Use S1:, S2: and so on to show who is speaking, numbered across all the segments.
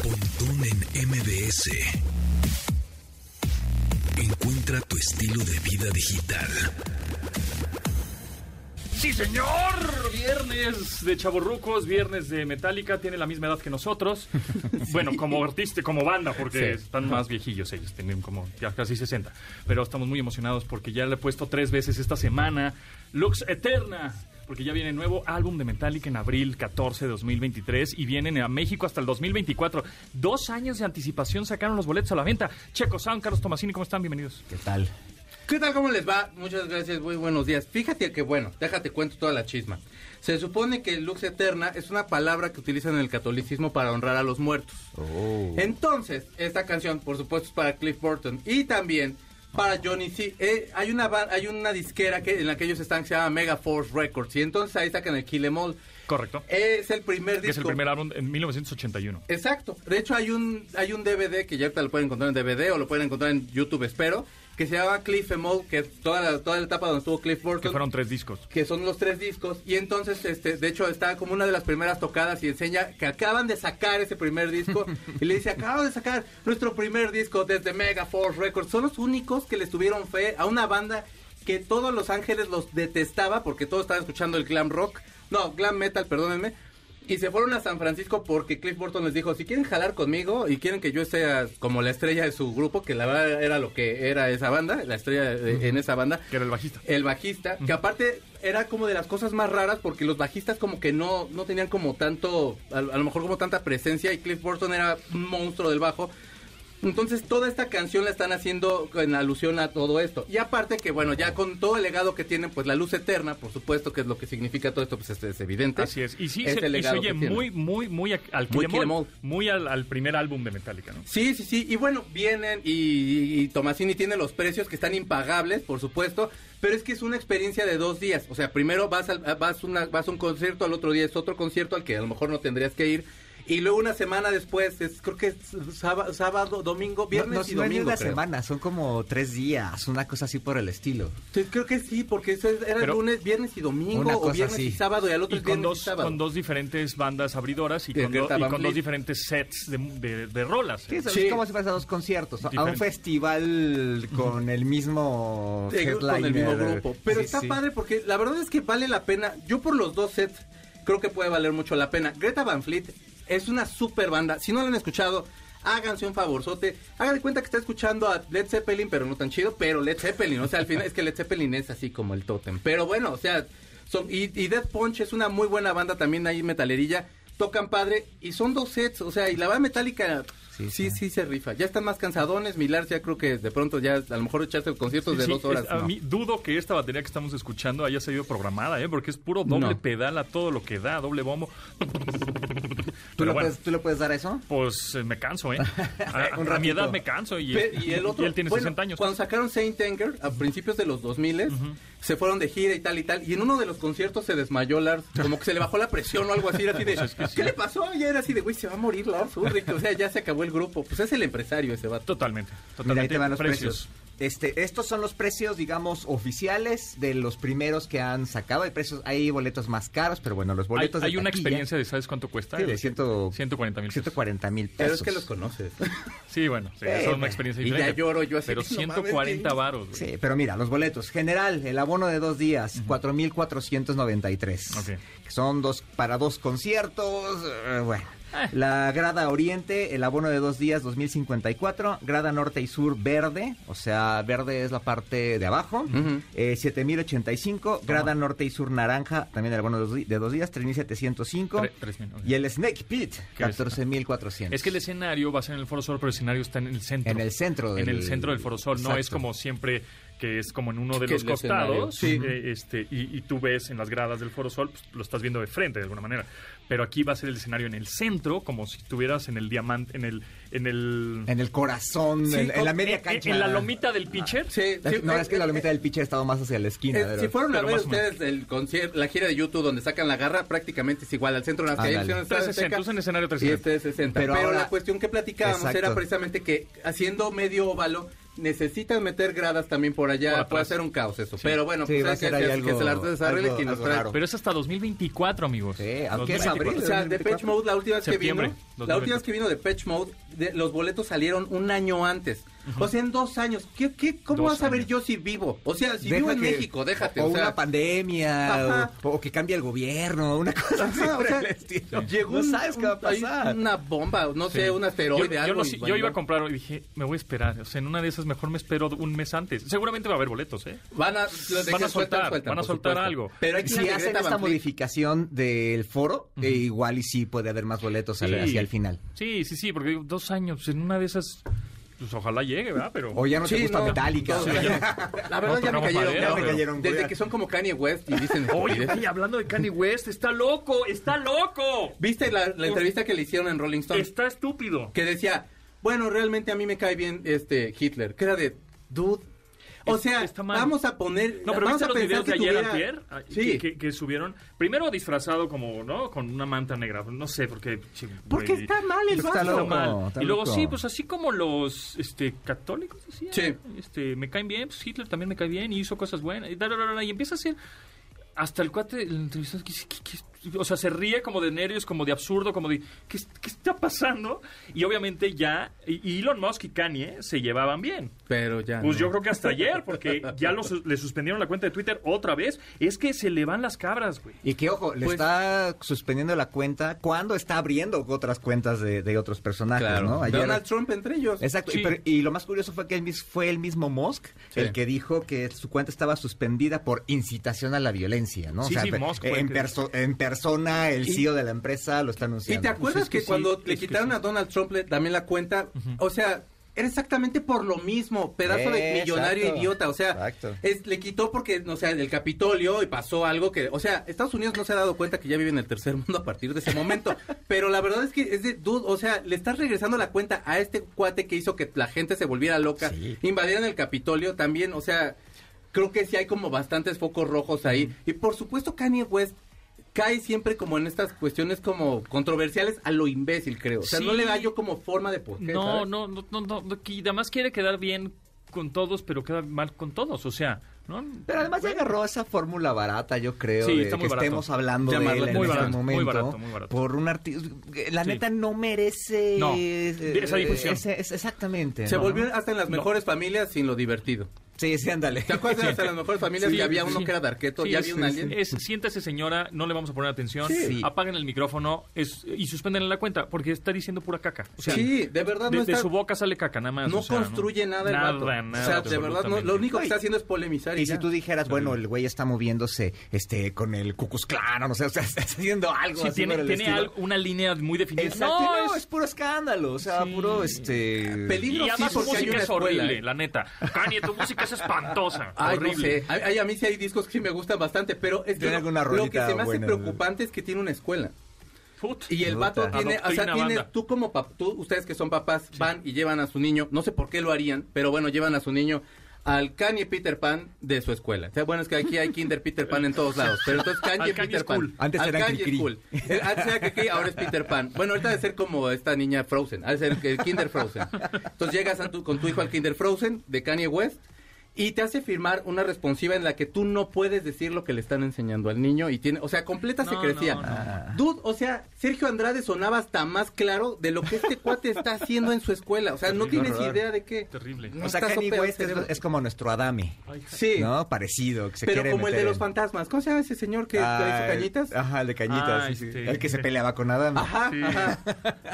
S1: Conducción en MBS. Encuentra tu estilo de vida digital.
S2: Sí, señor. Viernes de Chaborrucos, viernes de Metallica, tiene la misma edad que nosotros. Bueno, como artista, como banda, porque
S3: Sí.
S2: están más viejillos ellos, tienen como ya casi 60. Pero estamos muy emocionados porque ya le he puesto tres veces esta semana Lux Eterna. Porque ya viene nuevo álbum de Metallica en abril 14 de 2023 y vienen a México hasta el 2024. Dos años de anticipación sacaron los boletos a la venta. Checo San, Carlos Tomasini, ¿cómo están? Bienvenidos.
S3: ¿Qué tal?
S4: ¿Qué tal? ¿Cómo les va? Muchas gracias, muy buenos días. Fíjate que, bueno, déjate cuento toda la chisma. Se supone que lux eterna es una palabra que utilizan en el catolicismo para honrar a los muertos.
S2: Oh.
S4: Entonces, esta canción, por supuesto, es para Cliff Burton y también para Johnny C. Eh, hay, una, ba- hay una disquera que, en la que ellos están que se llama Mega Force Records y entonces ahí sacan el Kill Em All.
S2: Correcto.
S4: Es el primer disco.
S2: Que es el primer álbum en 1981.
S4: Exacto. De hecho, hay un, hay un DVD que ya ahorita lo pueden encontrar en DVD o lo pueden encontrar en YouTube, espero, que se llama Cliff Emo, que es toda la, toda la etapa donde estuvo Cliff Burton.
S2: Que fueron tres discos.
S4: que son los tres discos y entonces este de hecho está como una de las primeras tocadas y enseña que acaban de sacar ese primer disco y le dice acaban de sacar nuestro primer disco desde Mega Force Records son los únicos que les tuvieron fe a una banda que todos Los Ángeles los detestaba porque todos estaban escuchando el glam rock no glam metal perdónenme y se fueron a San Francisco porque Cliff Burton les dijo, si quieren jalar conmigo y quieren que yo sea como la estrella de su grupo, que la verdad era lo que era esa banda, la estrella de- en esa banda,
S2: Que era el bajista.
S4: el bajista, que aparte era como de las cosas más raras porque los bajistas como que no, no tenían como tanto, a, a lo mejor como tanta presencia y Cliff Burton era un monstruo del bajo. Entonces toda esta canción la están haciendo en alusión a todo esto. Y aparte que bueno, ya con todo el legado que tienen, pues la luz eterna, por supuesto que es lo que significa todo esto, pues es, es evidente.
S2: Así es. Y sí,
S4: Es
S2: se,
S4: el
S2: y se
S4: legado
S2: oye
S4: que tienen.
S2: muy, muy, muy a- al
S4: Muy
S2: Kill Em
S4: Kill Em
S2: All,
S4: All.
S2: muy al, al primer álbum de Metallica, ¿no?
S4: Sí, sí, sí. Y bueno, vienen y, y- y Tomasini tiene los precios que están impagables, por supuesto. Pero es que es una experiencia de dos días. O sea, primero vas, al- vas, una- vas a un concierto, al otro día es otro concierto al que a lo mejor no tendrías que ir. Y luego una semana después, es, creo que es sába- sábado, domingo, viernes
S3: no, no,
S4: y
S3: no es ni
S4: domingo.
S3: una
S4: creo.
S3: semana, son como tres días, una cosa así por el estilo.
S4: Sí, creo que sí, porque eso es- era
S2: Pero-
S4: lunes, viernes y domingo,
S3: Una
S4: o
S3: cosa
S4: viernes
S3: así.
S4: y sábado, y al otro
S2: Y
S4: es
S2: con
S4: viernes y
S2: dos,
S4: este sábado.
S2: con dos diferentes bandas abridoras y
S4: Y
S2: con, do-
S4: Greta
S2: y
S4: Van
S2: con dos
S4: Fleet.
S2: diferentes sets de, de- de rolas.
S3: Sí, eso
S4: Sí.
S3: es como si fueras a dos conciertos, a- a un
S2: Diferente.
S3: festival con el mismo
S4: Sí, con el mismo
S3: headliner. eh,
S4: grupo. Pero
S3: Sí,
S4: está
S3: sí.
S4: padre porque la verdad es que vale la pena. Yo por los dos sets creo que puede valer mucho la pena. Greta Van Fleet es una super banda. Si no la han escuchado, háganse un favorzote. Hagan de cuenta que está escuchando a Led Zeppelin, pero no tan chido, pero Led Zeppelin. O sea, al final es que Led Zeppelin es así como el tótem. Pero bueno, o sea, son, y, y Death Punch es una muy buena banda también ahí metalerilla. Tocan padre y son dos sets, o sea, y la banda metálica sí, sí,
S3: Sí, sí.
S4: se rifa. Ya están más cansadones, Milar ya creo que de pronto ya a lo mejor echarse el concierto de
S2: Sí,
S4: dos horas.
S2: es- a
S4: no.
S2: mí dudo que esta batería que estamos escuchando haya sido programada, ¿eh? Porque es puro doble
S4: No.
S2: pedal a todo lo que da, doble bombo.
S3: ¿Tú,
S2: Pero
S3: lo
S2: bueno,
S3: puedes, ¿Tú le puedes dar eso?
S2: pues eh, me canso, ¿eh? A,
S3: Un
S2: a mi
S3: ratito.
S2: edad me canso y,
S4: Pe- y el otro,
S2: él tiene
S4: bueno,
S2: 60 años.
S4: Cuando sacaron Saint Anger a principios de los 2000 se fueron de gira y tal y tal. Y en uno de los conciertos se desmayó Lars, como que se le bajó la presión o algo así. Era así de, ¿qué le pasó? Y era así de, güey, se va a morir Lars Ulrich. O sea, ya se acabó el grupo. Pues es el empresario ese vato.
S2: Totalmente, totalmente.
S3: Mira, ahí te van los precios. Este, estos son los precios, digamos, oficiales de los primeros que han sacado. Hay precios, hay boletos más caros, pero bueno, los
S2: Hay,
S3: boletos de
S2: hay una
S3: taquilla-
S2: experiencia de ¿sabes cuánto cuesta?
S3: Sí, de ciento-
S2: 140 mil.
S3: 140 mil pesos.
S4: Pero es que los conoces.
S2: Sí, bueno, sí, esa es una experiencia
S4: Y ya
S2: diferente.
S4: lloro yo así,
S2: Pero
S4: no mames,
S2: 140
S4: sí.
S2: varos, güey.
S3: Sí, pero mira, los boletos. General, el abono de dos días, 4,493.
S2: Ok.
S3: Que son dos para dos conciertos. eh, bueno. La grada oriente, el abono de dos días, 2054. Grada norte y sur, verde. O sea, verde es la parte de abajo.
S4: Ujú.
S3: eh, 7085. Grada norte y sur, naranja. También el abono de dos, di- de dos días, 3705.
S2: Tre- tres mil, ok.
S3: Y el Snake Pit,
S2: ¿Qué es?
S3: 14400.
S2: Es que el escenario va a ser en el Foro Sol, pero el escenario está en el centro.
S3: En el centro
S2: En
S3: del-
S2: el centro del Foro Sol. No es
S3: Exacto.
S2: como siempre que es como en uno de
S4: Que
S2: los
S4: el escenario,
S2: costados.
S4: sí.
S2: eh, este, y, y tú ves en las gradas del Foro Sol, pues, lo estás viendo de frente de alguna manera. Pero aquí va a ser el escenario en el centro, como si estuvieras en el diamante, en el... En el...
S3: En el corazón,
S4: Sí,
S3: en, en la
S4: con-
S3: media
S2: en-
S3: cancha. Ah,
S2: en la lomita del pitcher.
S4: Sí,
S3: La-
S4: sí,
S3: no,
S4: eh,
S3: es que la
S4: eh,
S3: lomita del pitcher ha estado más hacia la esquina.
S4: Eh,
S3: de
S4: si
S3: verdad.
S4: fueron a
S2: Pero
S4: ver
S2: más o menos.
S4: ustedes el concierto, la gira de YouTube donde sacan la garra, prácticamente es igual al centro de las
S3: Ándale.
S4: calles.
S2: 360, usan escenario
S4: Y
S2: 360.
S4: este es 60. Pero,
S3: Pero ahora-
S4: la cuestión que platicábamos
S3: Exacto.
S4: era precisamente que haciendo medio óvalo necesitas meter gradas también por allá.
S2: Por atrás.
S4: Puede ser un caos eso. Pero bueno,
S3: Sí,
S4: pues
S3: va a
S4: hay que,
S3: ser ahí
S4: que-
S3: algo-
S4: que se las desarregle
S3: algo-
S4: quien nos
S3: algo
S4: trae.
S3: raro.
S2: Pero es hasta 2024, amigos.
S3: Sí, aunque es
S2: 2024.
S3: abril.
S4: O sea, Depeche Mode la última vez que vino
S2: Septiembre.
S4: La última vez que vino de Patch Mode, de- los boletos salieron un año antes. O sea, en dos años. ¿Qué, qué, ¿Cómo
S2: Dos
S4: vas a ver
S2: años.
S4: yo si vivo? O sea, si
S3: Deja
S4: vivo en
S3: que-
S4: México, déjate.
S3: O,
S4: o sea,
S3: una pandemia,
S4: Ajá.
S3: o, o que cambie el gobierno, una cosa así.
S4: Ajá, o
S3: por
S4: sea,
S3: el estilo.
S4: llegó
S3: no
S4: un-
S3: sabes qué va a
S4: un- hay
S3: pasar.
S4: Una bomba, no sé, Este, un
S2: yo,
S4: asteroide,
S2: yo no
S4: algo. y
S2: sé, yo
S4: bueno,
S2: iba a comprar y dije, me voy a esperar. O sea, en una de esas mejor me espero un mes antes. Seguramente va a haber boletos, ¿eh?
S4: Van a, los de
S2: Van a
S4: que sueltan,
S2: soltar,
S4: sueltan,
S2: van a
S4: por
S2: soltar
S4: supuesto.
S2: algo.
S4: Pero hay que
S3: si hacen esta modificación del foro, eh, igual y sí puede haber más boletos
S2: Sí.
S3: al- hacia el final.
S2: Sí, sí, sí, porque digo, dos años, en una de esas, pues ojalá llegue, ¿verdad? Pero...
S3: O ya no te
S4: Sí,
S3: gusta
S4: no,
S3: Metallica.
S4: no,
S3: o sea,
S4: ya- La verdad
S2: No
S4: ya me
S2: tocamos
S4: cayeron.
S2: madera,
S4: ya me
S2: pero-
S4: cayeron, Desde que son como Kanye West y dicen...
S2: Oye, oye, hablando de Kanye West, está loco, está loco.
S4: ¿Viste la,
S2: Pues,
S4: la entrevista que le hicieron en Rolling Stone?
S2: Está estúpido.
S4: Que decía, bueno, realmente a mí me cae bien este Hitler. Que era de, dude... O
S2: Es-
S4: sea,
S2: está mal.
S4: vamos a poner...
S2: No, pero
S4: vamos
S2: ¿viste
S4: a
S2: los
S4: pensar
S2: videos de
S4: que
S2: ayer,
S4: tuviera-
S2: antier? Ah, que,
S4: Sí.
S2: que- que subieron? Primero disfrazado como, ¿no? Con una manta negra, no sé, porque... che,
S4: Porque
S2: güey,
S4: está mal el
S3: Está
S4: vato.
S3: loco.
S2: mal.
S3: está
S2: y luego
S3: loco.
S2: sí, pues así como los este, católicos decían,
S4: Sí.
S2: este, me caen bien, pues Hitler también me cae bien y hizo cosas buenas y, da, da, da, da, y empieza a hacer hasta el cuate, el entrevistado, que dice, "¿Qué- qué-?" o sea, se ríe como de nervios, como de absurdo, como de, ¿qué, es- qué está pasando? Y obviamente ya, y y Elon Musk y Kanye se llevaban bien.
S4: Pero ya...
S2: Pues
S4: no.
S2: yo creo que hasta ayer, porque ya lo su- le suspendieron la cuenta de Twitter otra vez. Es que se le van las cabras, güey.
S3: Y que, ojo, le
S4: Pues-
S3: está suspendiendo la cuenta cuando está abriendo otras cuentas de, de otros personajes,
S4: Claro.
S3: ¿no? Ayer-
S4: Donald Trump entre ellos.
S3: Exacto.
S2: Sí.
S3: Y, pero- y lo más curioso fue que él mis- fue el mismo Musk
S4: Sí.
S3: el que dijo que su cuenta estaba suspendida por incitación a la violencia, ¿no?
S2: Sí, sí,
S3: pe- eh,
S2: Musk fue el
S3: en,
S2: que-
S3: perso- en persona, el
S4: Y-
S3: CEO de la empresa lo está
S4: ¿Y
S3: anunciando.
S4: te acuerdas
S2: Pues es que
S4: que,
S2: sí,
S4: cuando le
S2: es que
S4: quitaron
S2: sí.
S4: a Donald Trump le- también la cuenta? O sea, era exactamente por lo mismo, pedazo de
S3: Eh,
S4: millonario
S3: exacto,
S4: idiota. O sea,
S3: exacto.
S2: eh,
S4: es, le quitó porque, no sea, del Capitolio y pasó algo que. O sea, Estados Unidos no se ha dado cuenta que ya vive en el tercer mundo a partir de ese momento. pero la verdad es que es de dude. O sea, le estás regresando la cuenta a este cuate que hizo que la gente se volviera loca,
S3: Sí.
S4: invadieran el Capitolio también. O sea, creo que sí hay como bastantes focos rojos ahí. Y por supuesto, Kanye West cae siempre como en estas cuestiones como controversiales a lo imbécil, creo. O sea,
S2: Sí.
S4: no le da yo como forma de por qué.
S2: No,
S4: ¿sabes?
S2: no, no, no, no, no, que además quiere quedar bien con todos, pero queda mal con todos. O sea, ¿no?
S3: Pero además ya agarró esa fórmula barata, yo creo,
S2: Sí,
S3: de
S2: está muy
S3: que
S2: barato.
S3: estemos hablando
S4: Ya,
S3: de
S4: más-
S3: él en
S4: muy
S3: este
S4: barato, muy
S3: momento.
S2: barato, muy barato.
S3: Por un artista... La
S2: Sí.
S3: neta no merece...
S2: No,
S3: eh,
S2: esa difusión.
S3: ese- ese- exactamente.
S4: Se
S3: ¿no?
S4: volvió hasta en las mejores familias sin lo divertido.
S3: Sí, sí, ándale.
S4: ¿Te acuerdas de hasta en las mejores familias
S2: Sí,
S4: que había uno
S2: sí.
S4: que era de arqueto
S2: Sí,
S4: y
S2: es-
S4: había un alien?
S2: es, siéntese señora, no le vamos a poner atención,
S3: Sí.
S2: apaguen el micrófono es, y suspenden la cuenta, porque está diciendo pura caca. O sea,
S4: sí, de verdad
S2: de,
S4: no
S2: de
S4: está...
S2: su boca sale caca, nada más.
S4: no
S2: o sea,
S4: construye nada el
S2: Nada,
S4: vato.
S2: nada,
S4: o sea, de verdad, no, lo único que
S3: Ay.
S4: está haciendo es polemizar. Y,
S3: Y si
S4: ya.
S3: tú dijeras, bueno, el güey está moviéndose este, con el Cucus Clan, o no sé, o sea, está haciendo algo
S2: Sí,
S3: así
S2: tiene,
S3: por el
S2: tiene
S3: estilo.
S2: algo- una línea muy definida.
S3: Exacto, no,
S2: es-
S3: es... puro escándalo, o sea,
S2: Sí.
S3: puro este...
S4: Peli-
S2: Y
S4: Libros sí,
S2: además su
S4: porque hay
S2: música
S4: una
S2: es horrible,
S4: escuela, ¿eh?
S2: la neta. Kanye, tu música es espantosa.
S4: Ay, no
S2: horrible.
S4: sé. Ay, ay, a mí sí hay discos que sí me gustan bastante, pero es que
S3: Tiene
S4: lo-
S3: alguna
S4: lo que
S3: rolita
S4: se me hace
S3: buena.
S4: preocupante es que tiene una escuela.
S2: Fut.
S4: Y el
S3: Puta.
S4: vato tiene, o sea,
S2: Adoctrina
S4: tiene,
S2: banda.
S4: tú como pap- tú, ustedes que son papás, van y llevan a su niño, no sé por qué lo harían, pero bueno, llevan a su niño al Kanye Peter Pan de su escuela. O sea, bueno, es que aquí hay Kinder Peter Pan en todos lados, pero entonces Kanye
S2: Al Kanye
S4: Peter
S2: School.
S4: Pan.
S3: Antes
S4: al
S3: era
S4: Kanye
S3: Cricri.
S4: School. El- antes era Cricri, ahora es Peter Pan. Bueno, ahorita de ser como esta niña Frozen, ha de ser que- Kinder Frozen. Entonces llegas a tu- con tu hijo al Kinder Frozen de Kanye West y te hace firmar una responsiva en la que tú no puedes decir lo que le están enseñando al niño y tiene, o sea, completa
S2: No,
S4: secrecía.
S2: no,
S3: Ah.
S2: no.
S4: Dude, o sea, Sergio Andrade sonaba hasta más claro de lo que este cuate está haciendo en su escuela, o sea, no
S2: Terrible
S4: tienes
S3: horror.
S4: idea de qué.
S2: Terrible.
S4: No
S3: o sea,
S4: estás
S3: Kanye
S4: operado
S3: West es,
S4: cerebro.
S3: es como nuestro Adame,
S2: Ay,
S4: Sí.
S3: ¿no? Parecido, que se
S4: Pero
S3: quiere
S4: como el de
S3: meter
S4: los
S3: en-
S4: fantasmas, ¿cómo se llama ese señor que
S3: Ah,
S4: hizo cañitas?
S3: Ajá, el de cañitas,
S2: Ah,
S3: sí, sí.
S2: este,
S3: el que se
S2: sí.
S3: peleaba con Adame.
S4: Ajá,
S2: Sí.
S4: ajá.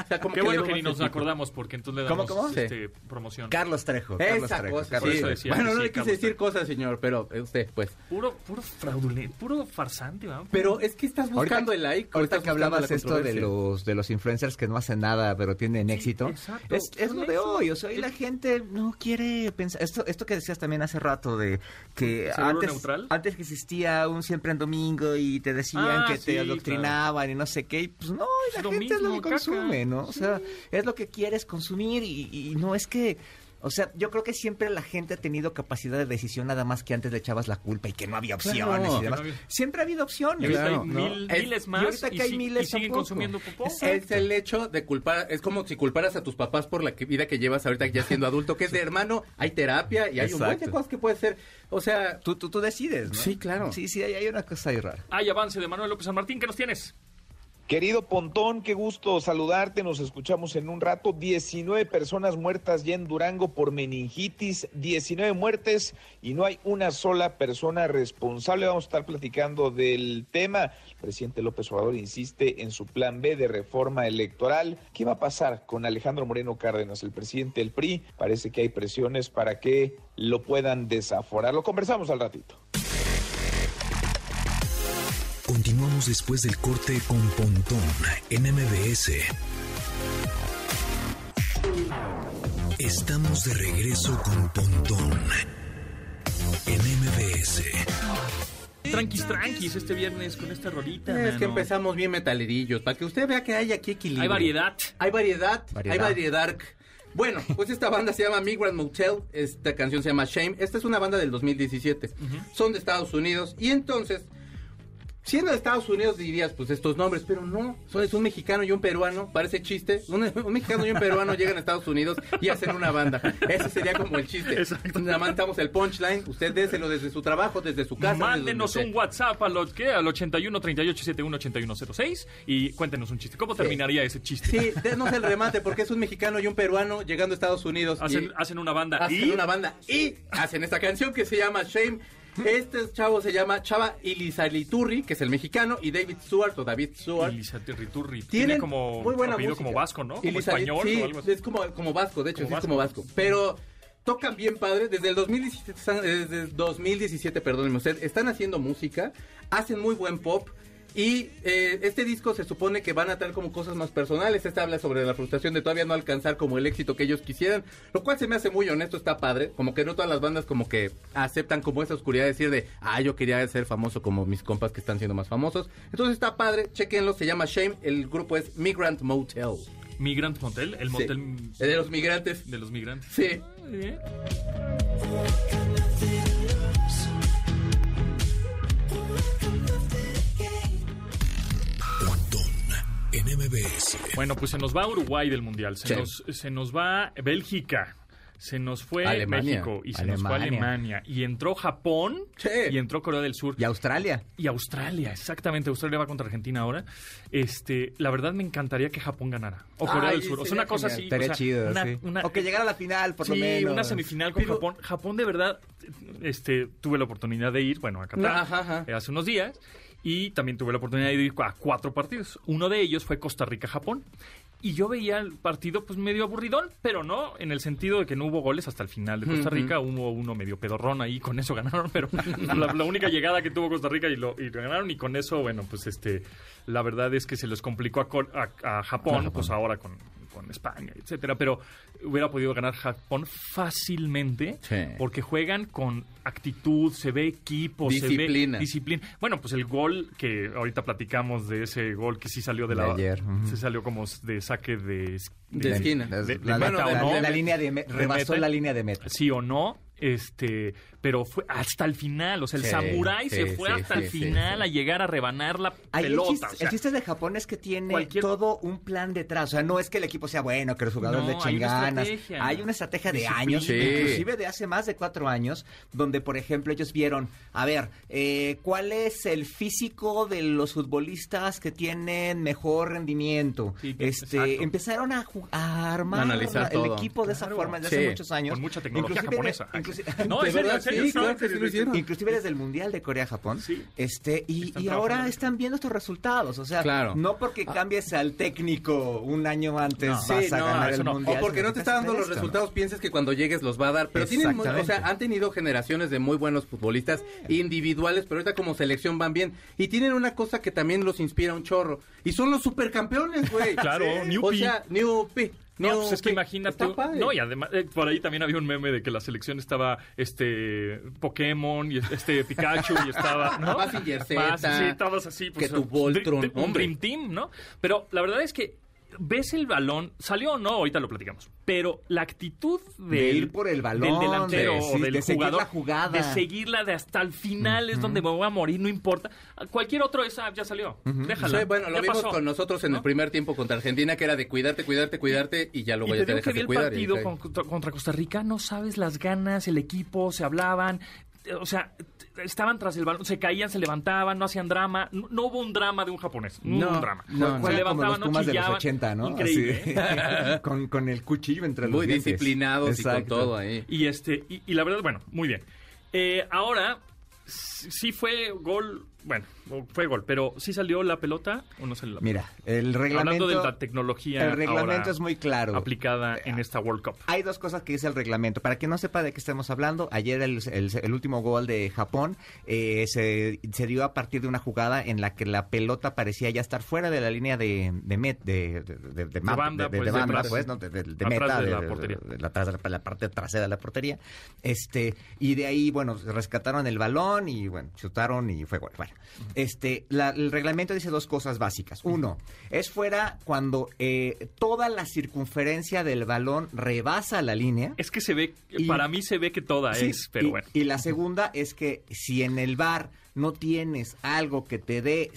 S4: O sea, como
S2: Qué
S4: le
S2: bueno
S4: veo
S2: que ni
S4: más
S2: nos
S4: el-
S2: acordamos, porque entonces le
S3: ¿Cómo,
S2: damos
S3: cómo?
S2: este, promoción.
S3: Carlos Trejo, Carlos
S4: Esa
S3: Trejo,
S4: cosa,
S3: Carlos
S4: sí.
S2: Por eso
S3: Trejo.
S2: decía
S4: Bueno,
S2: que sí,
S4: no le quise
S2: Carlos
S4: decir
S2: Trejo.
S4: cosas, señor, pero eh, usted, pues.
S2: Puro, puro fraudulento, puro farsante, ¿verdad?
S4: Pero es que estás
S3: Ahorita-
S4: buscando el like. o
S3: Ahorita
S4: estás
S3: que
S4: buscando
S3: hablabas
S4: la
S3: esto de
S4: controversia.
S3: los de los influencers que no hacen nada pero tienen éxito,
S2: exacto.
S3: es, es lo
S2: Son
S3: de
S2: eso.
S3: hoy, o sea, hoy la gente no quiere pensar esto esto que decías también hace rato de que
S2: ¿Seguro
S3: antes
S2: neutral?
S3: antes que existía un siempre en domingo y te decían
S2: Ah,
S3: que
S2: sí,
S3: te adoctrinaban y no sé qué, y pues no, y la
S2: Es lo
S3: gente es lo que
S2: mismo, caca.
S3: consume, ¿no? O sea, es lo que quieres consumir y, y no es que o sea, yo creo que siempre la gente ha tenido capacidad de decisión, nada más que antes le echabas la culpa y que no había opciones
S4: Claro.
S3: y demás.
S2: Que no había-
S3: Siempre ha habido
S2: Y
S3: opciones.
S2: ahorita
S3: ¿no?
S2: hay
S3: ¿no?
S2: mil-
S4: Es-
S2: miles
S3: y
S2: más.
S3: ahorita que hay
S2: sig-
S3: miles
S2: y siguen
S3: tampoco.
S2: consumiendo popó.
S3: Exacto.
S4: Es el hecho de culpar, es como si culparas a tus papás por la que- vida que llevas ahorita ya siendo adulto, que es de hermano, hay terapia y hay un montón de
S3: Exacto.
S4: cosas que puede ser. O sea,
S3: Tú, tú, tú decides, ¿no?
S4: Sí, claro.
S3: Sí, sí, hay, hay una cosa ahí rara.
S2: Hay avance de Manuel López San Martín, ¿qué nos tienes?
S5: Querido Pontón, qué gusto saludarte. Nos escuchamos en un rato. 19 personas muertas ya en Durango por meningitis, 19 muertes y no hay una sola persona responsable. Vamos a estar platicando del tema. El presidente López Obrador insiste en su plan B de reforma electoral. ¿Qué va a pasar con Alejandro Moreno Cárdenas, el presidente del PRI? Parece que hay presiones para que lo puedan desaforar. Lo conversamos al ratito.
S1: Continuamos después del corte con Pontón en MBS. Estamos de regreso con Pontón en MBS.
S2: Tranquis, tranquis, este viernes con esta rolita.
S4: Es que
S2: mano.
S4: empezamos bien metalerillos, para que usted vea que hay aquí equilibrio.
S2: Hay variedad.
S4: Hay variedad,
S3: Variedad.
S4: hay variedad. Bueno, pues esta banda se llama Migrant Motel, esta canción se llama Shame, esta es una banda del 2017, son de Estados Unidos y entonces, siendo de Estados Unidos dirías pues estos nombres, pero no, son, es un mexicano y un peruano, parece chiste, un, un mexicano y un peruano llegan a Estados Unidos y hacen una banda, ese sería como el chiste,
S2: Exacto.
S4: levantamos el punchline, usted déselo desde su trabajo, desde su casa. desde donde
S2: Mándenos
S4: esté.
S2: un WhatsApp a los, ¿qué? al 81 38 71 81 06 y cuéntenos un chiste. ¿Cómo terminaría ese chiste?
S4: Sí, denos el remate porque es un mexicano y un peruano llegando a Estados Unidos. y-
S2: Hacen, hacen una banda
S4: hacen
S2: y
S4: una banda y hacen esta canción que se llama Shame. Este chavo se llama Chava Ilizaliturri, que es el mexicano, y David Stewart o David Stewart.
S2: Ilizate Riturri. Tiene
S4: Tienen
S2: como
S4: muy buena
S2: apellido
S4: música.
S2: como vasco, ¿no? Como
S4: Ilizali-
S2: español
S4: sí,
S2: o algo así.
S4: es como, como vasco, de hecho,
S2: Como
S4: sí, es como
S2: vasco.
S4: vasco. Pero tocan bien padre. Desde el 2017, están- desde el 2017 perdónenme usted, están haciendo música, hacen muy buen pop. Y eh, este disco se supone que van a traer como cosas más personales. Este habla sobre la frustración de todavía no alcanzar como el éxito que ellos quisieran. Lo cual se me hace muy honesto, está padre. Como que no todas las bandas como que aceptan como esa oscuridad de decir de, ah, yo quería ser famoso como mis compas que están siendo más famosos. Entonces está padre, chequenlo, se llama Shame. El grupo es Migrant Motel.
S2: Migrant Motel, el motel
S4: Sí, De los migrantes.
S2: de los migrantes.
S4: Sí.
S1: Pontón en MBS.
S2: Bueno, pues se nos va Uruguay del Mundial, se,
S4: Sí.
S2: nos, se nos va Bélgica, se nos fue
S4: Alemania.
S2: México y se nos fue Alemania. Y entró Japón
S4: Sí.
S2: y entró Corea del Sur.
S3: Y Australia.
S2: Y Australia, exactamente. Australia va contra Argentina ahora. Este, la verdad me encantaría que Japón ganara. O Corea
S4: Ay,
S2: del Sur. O sea,
S4: sería
S2: una cosa
S4: genial.
S2: así. o
S3: Estaría
S2: sea,
S3: chido,
S2: una-
S3: sí.
S2: una-
S3: O que llegara a la final, por lo
S2: sí,
S3: menos.
S2: una semifinal con
S4: Pero-
S2: Japón. Japón, de verdad, este, tuve la oportunidad de ir, bueno, a Qatar
S4: Ajá, ajá.
S2: eh, hace unos días. Y también tuve la oportunidad de ir a cuatro partidos. Uno de ellos fue Costa Rica-Japón. Y yo veía el partido pues medio aburridón, pero no en el sentido de que no hubo goles hasta el final de Costa Rica. Hubo uno medio pedorrón ahí, con eso ganaron, pero la, la única llegada que tuvo Costa Rica y lo, y lo ganaron. Y con eso, bueno, pues este la verdad es que se les complicó a, Col- a- a Japón, pues ahora con, con España, etcétera. Pero hubiera podido ganar Japón fácilmente
S4: Sí.
S2: porque juegan con actitud, se ve equipo, se ve
S4: Disciplina.
S2: disciplina. Bueno, pues el gol que ahorita platicamos de ese gol que sí salió de la
S3: De ayer, ujú.
S2: se salió como de saque de, es-
S4: De
S2: de-
S4: esquina.
S3: La,
S2: de-
S3: la-
S2: de meta
S3: la-
S2: o
S3: la-
S2: no.
S3: la línea de me-
S2: ¿De
S3: rebasó
S2: meta?
S3: la línea de meta.
S2: sí o no, este, pero fue hasta el final, o sea, el
S4: Sí,
S2: samurái
S4: sí,
S2: se fue
S4: sí,
S2: hasta
S4: sí,
S2: el
S4: sí,
S2: final
S4: sí.
S2: a llegar a rebanar la
S3: Ahí el,
S2: pelota.
S3: chiste,
S2: o sea,
S3: el chiste de Japón es que tiene
S2: cualquier-
S3: todo un plan detrás. O sea, no es que el equipo sea bueno, que los jugadores
S2: No,
S3: de
S2: hay una
S3: chinganas.
S2: estrategia.
S3: Hay una estrategia de
S2: Disciplina.
S3: años,
S4: Sí.
S3: inclusive de hace más de cuatro años, donde, por ejemplo, ellos vieron, a ver, eh, ¿cuál es el físico de los futbolistas que tienen mejor rendimiento?
S2: Sí,
S3: este,
S2: exacto.
S3: empezaron a, ju- a armar
S4: Analizar
S3: la- el
S4: todo.
S3: equipo de esa
S2: Claro.
S3: forma desde hace
S4: Sí.
S3: muchos años.
S2: Con mucha tecnología japonesa.
S3: inclusive-
S2: No,
S4: de
S2: en serio,
S4: verdad,
S2: en serio,
S4: sí,
S2: no,
S4: claro
S2: en
S4: que
S2: serio,
S4: sí lo
S2: en serio.
S4: hicieron.
S3: Inclusive desde el Mundial de Corea-Japón.
S2: Sí.
S3: Este, y,
S2: Están
S3: y ahora
S2: trabajando.
S3: están viendo estos resultados. O sea,
S4: Claro.
S3: no porque cambies al técnico un año antes
S2: No.
S3: vas
S4: Sí,
S3: a
S4: no,
S3: ganar
S2: eso
S3: el
S2: no.
S3: Mundial.
S4: O porque no te está dando los
S3: Esto, ¿no?
S4: resultados, pienses que cuando llegues los va a dar. Pero tienen, muy- o sea,
S3: Exactamente.
S4: han tenido generaciones de muy buenos futbolistas individuales, pero ahorita como selección van bien. Y tienen una cosa que también los inspira un chorro. Y son los supercampeones, güey.
S2: Claro,
S4: O
S2: Newpi.
S4: sea, Newpi.
S2: No, pues es que
S4: Newpi.
S2: imagínate.
S4: Está padre.
S2: No, y además, eh, por ahí también había un meme de que la selección estaba este Pokémon y este Pikachu y estaba. ¿no?
S4: Mazinger Z.
S2: Más- Sí, estabas así. pues,
S4: Que tu Voltron,
S2: Dream-
S4: hombre.
S2: Dream Team, ¿no? Pero la verdad es que ves el balón, salió o no, ahorita lo platicamos, pero la actitud de,
S3: De ir por el balón,
S2: del delantero
S3: de-
S2: o
S3: sí,
S2: del
S3: de seguir
S2: jugador,
S3: la jugada.
S2: de seguirla de hasta el final es donde me voy a morir, no importa. Cualquier otro esa ya salió, déjala.
S4: Sí, bueno, lo
S2: ya
S4: vimos
S2: pasó,
S4: con nosotros en
S2: ¿no?
S4: el primer tiempo contra Argentina, que era de cuidarte, cuidarte, cuidarte, y ya luego
S2: Y te
S4: ya te
S2: digo que vi
S4: dejas de
S2: el
S4: cuidar. y
S2: partido
S4: ahí-
S2: con- contra Costa Rica, no sabes las ganas, el equipo, se hablaban, eh, o sea, t- estaban tras el balón, se caían, se levantaban, no hacían drama. No, no hubo un drama de un japonés, no, hubo un drama.
S3: No,
S2: se
S3: no, como los
S2: levantaban, no
S3: Pumas de los
S2: chillaban.
S3: 80, ¿no?
S2: Increíble. ¿eh?
S3: Así, con, con el cuchillo entre los
S4: Muy
S3: dientes.
S4: disciplinados y con
S3: Exacto.
S4: todo ahí.
S2: Y este, y, y la verdad, bueno, muy bien. Eh, ahora, sí sí fue gol, bueno, fue gol, pero sí salió la pelota o no salió la pelota.
S3: Mira, el reglamento...
S2: Hablando de la tecnología
S3: El reglamento
S2: ahora
S3: es muy claro.
S2: aplicada en esta World Cup.
S3: Hay dos cosas que dice el reglamento. Para quien no sepa de qué estamos hablando, ayer el, el- el último gol de Japón eh, se, se dio a partir de una jugada en la que la pelota parecía ya estar fuera de la línea de, de met- de, de- de- de ma-
S2: banda,
S3: de- de
S2: pues, de
S3: banda,
S2: atrás.
S3: pues, ¿no? De- de- de
S2: Atrás
S3: meta,
S2: de la
S3: de-
S2: portería.
S3: de la, tras- la parte trasera de la portería. Este, y de ahí, bueno, rescataron el balón y bueno, chutaron y fue gol. Bueno, este, la- el reglamento dice dos cosas básicas. Uno, es fuera cuando eh, toda la circunferencia del balón rebasa la línea.
S2: Es que se ve,
S3: Y-
S2: para mí se ve que toda
S3: Sí,
S2: es, pero
S3: y,
S2: bueno.
S3: y la segunda es que si en el bar no tienes algo que te dé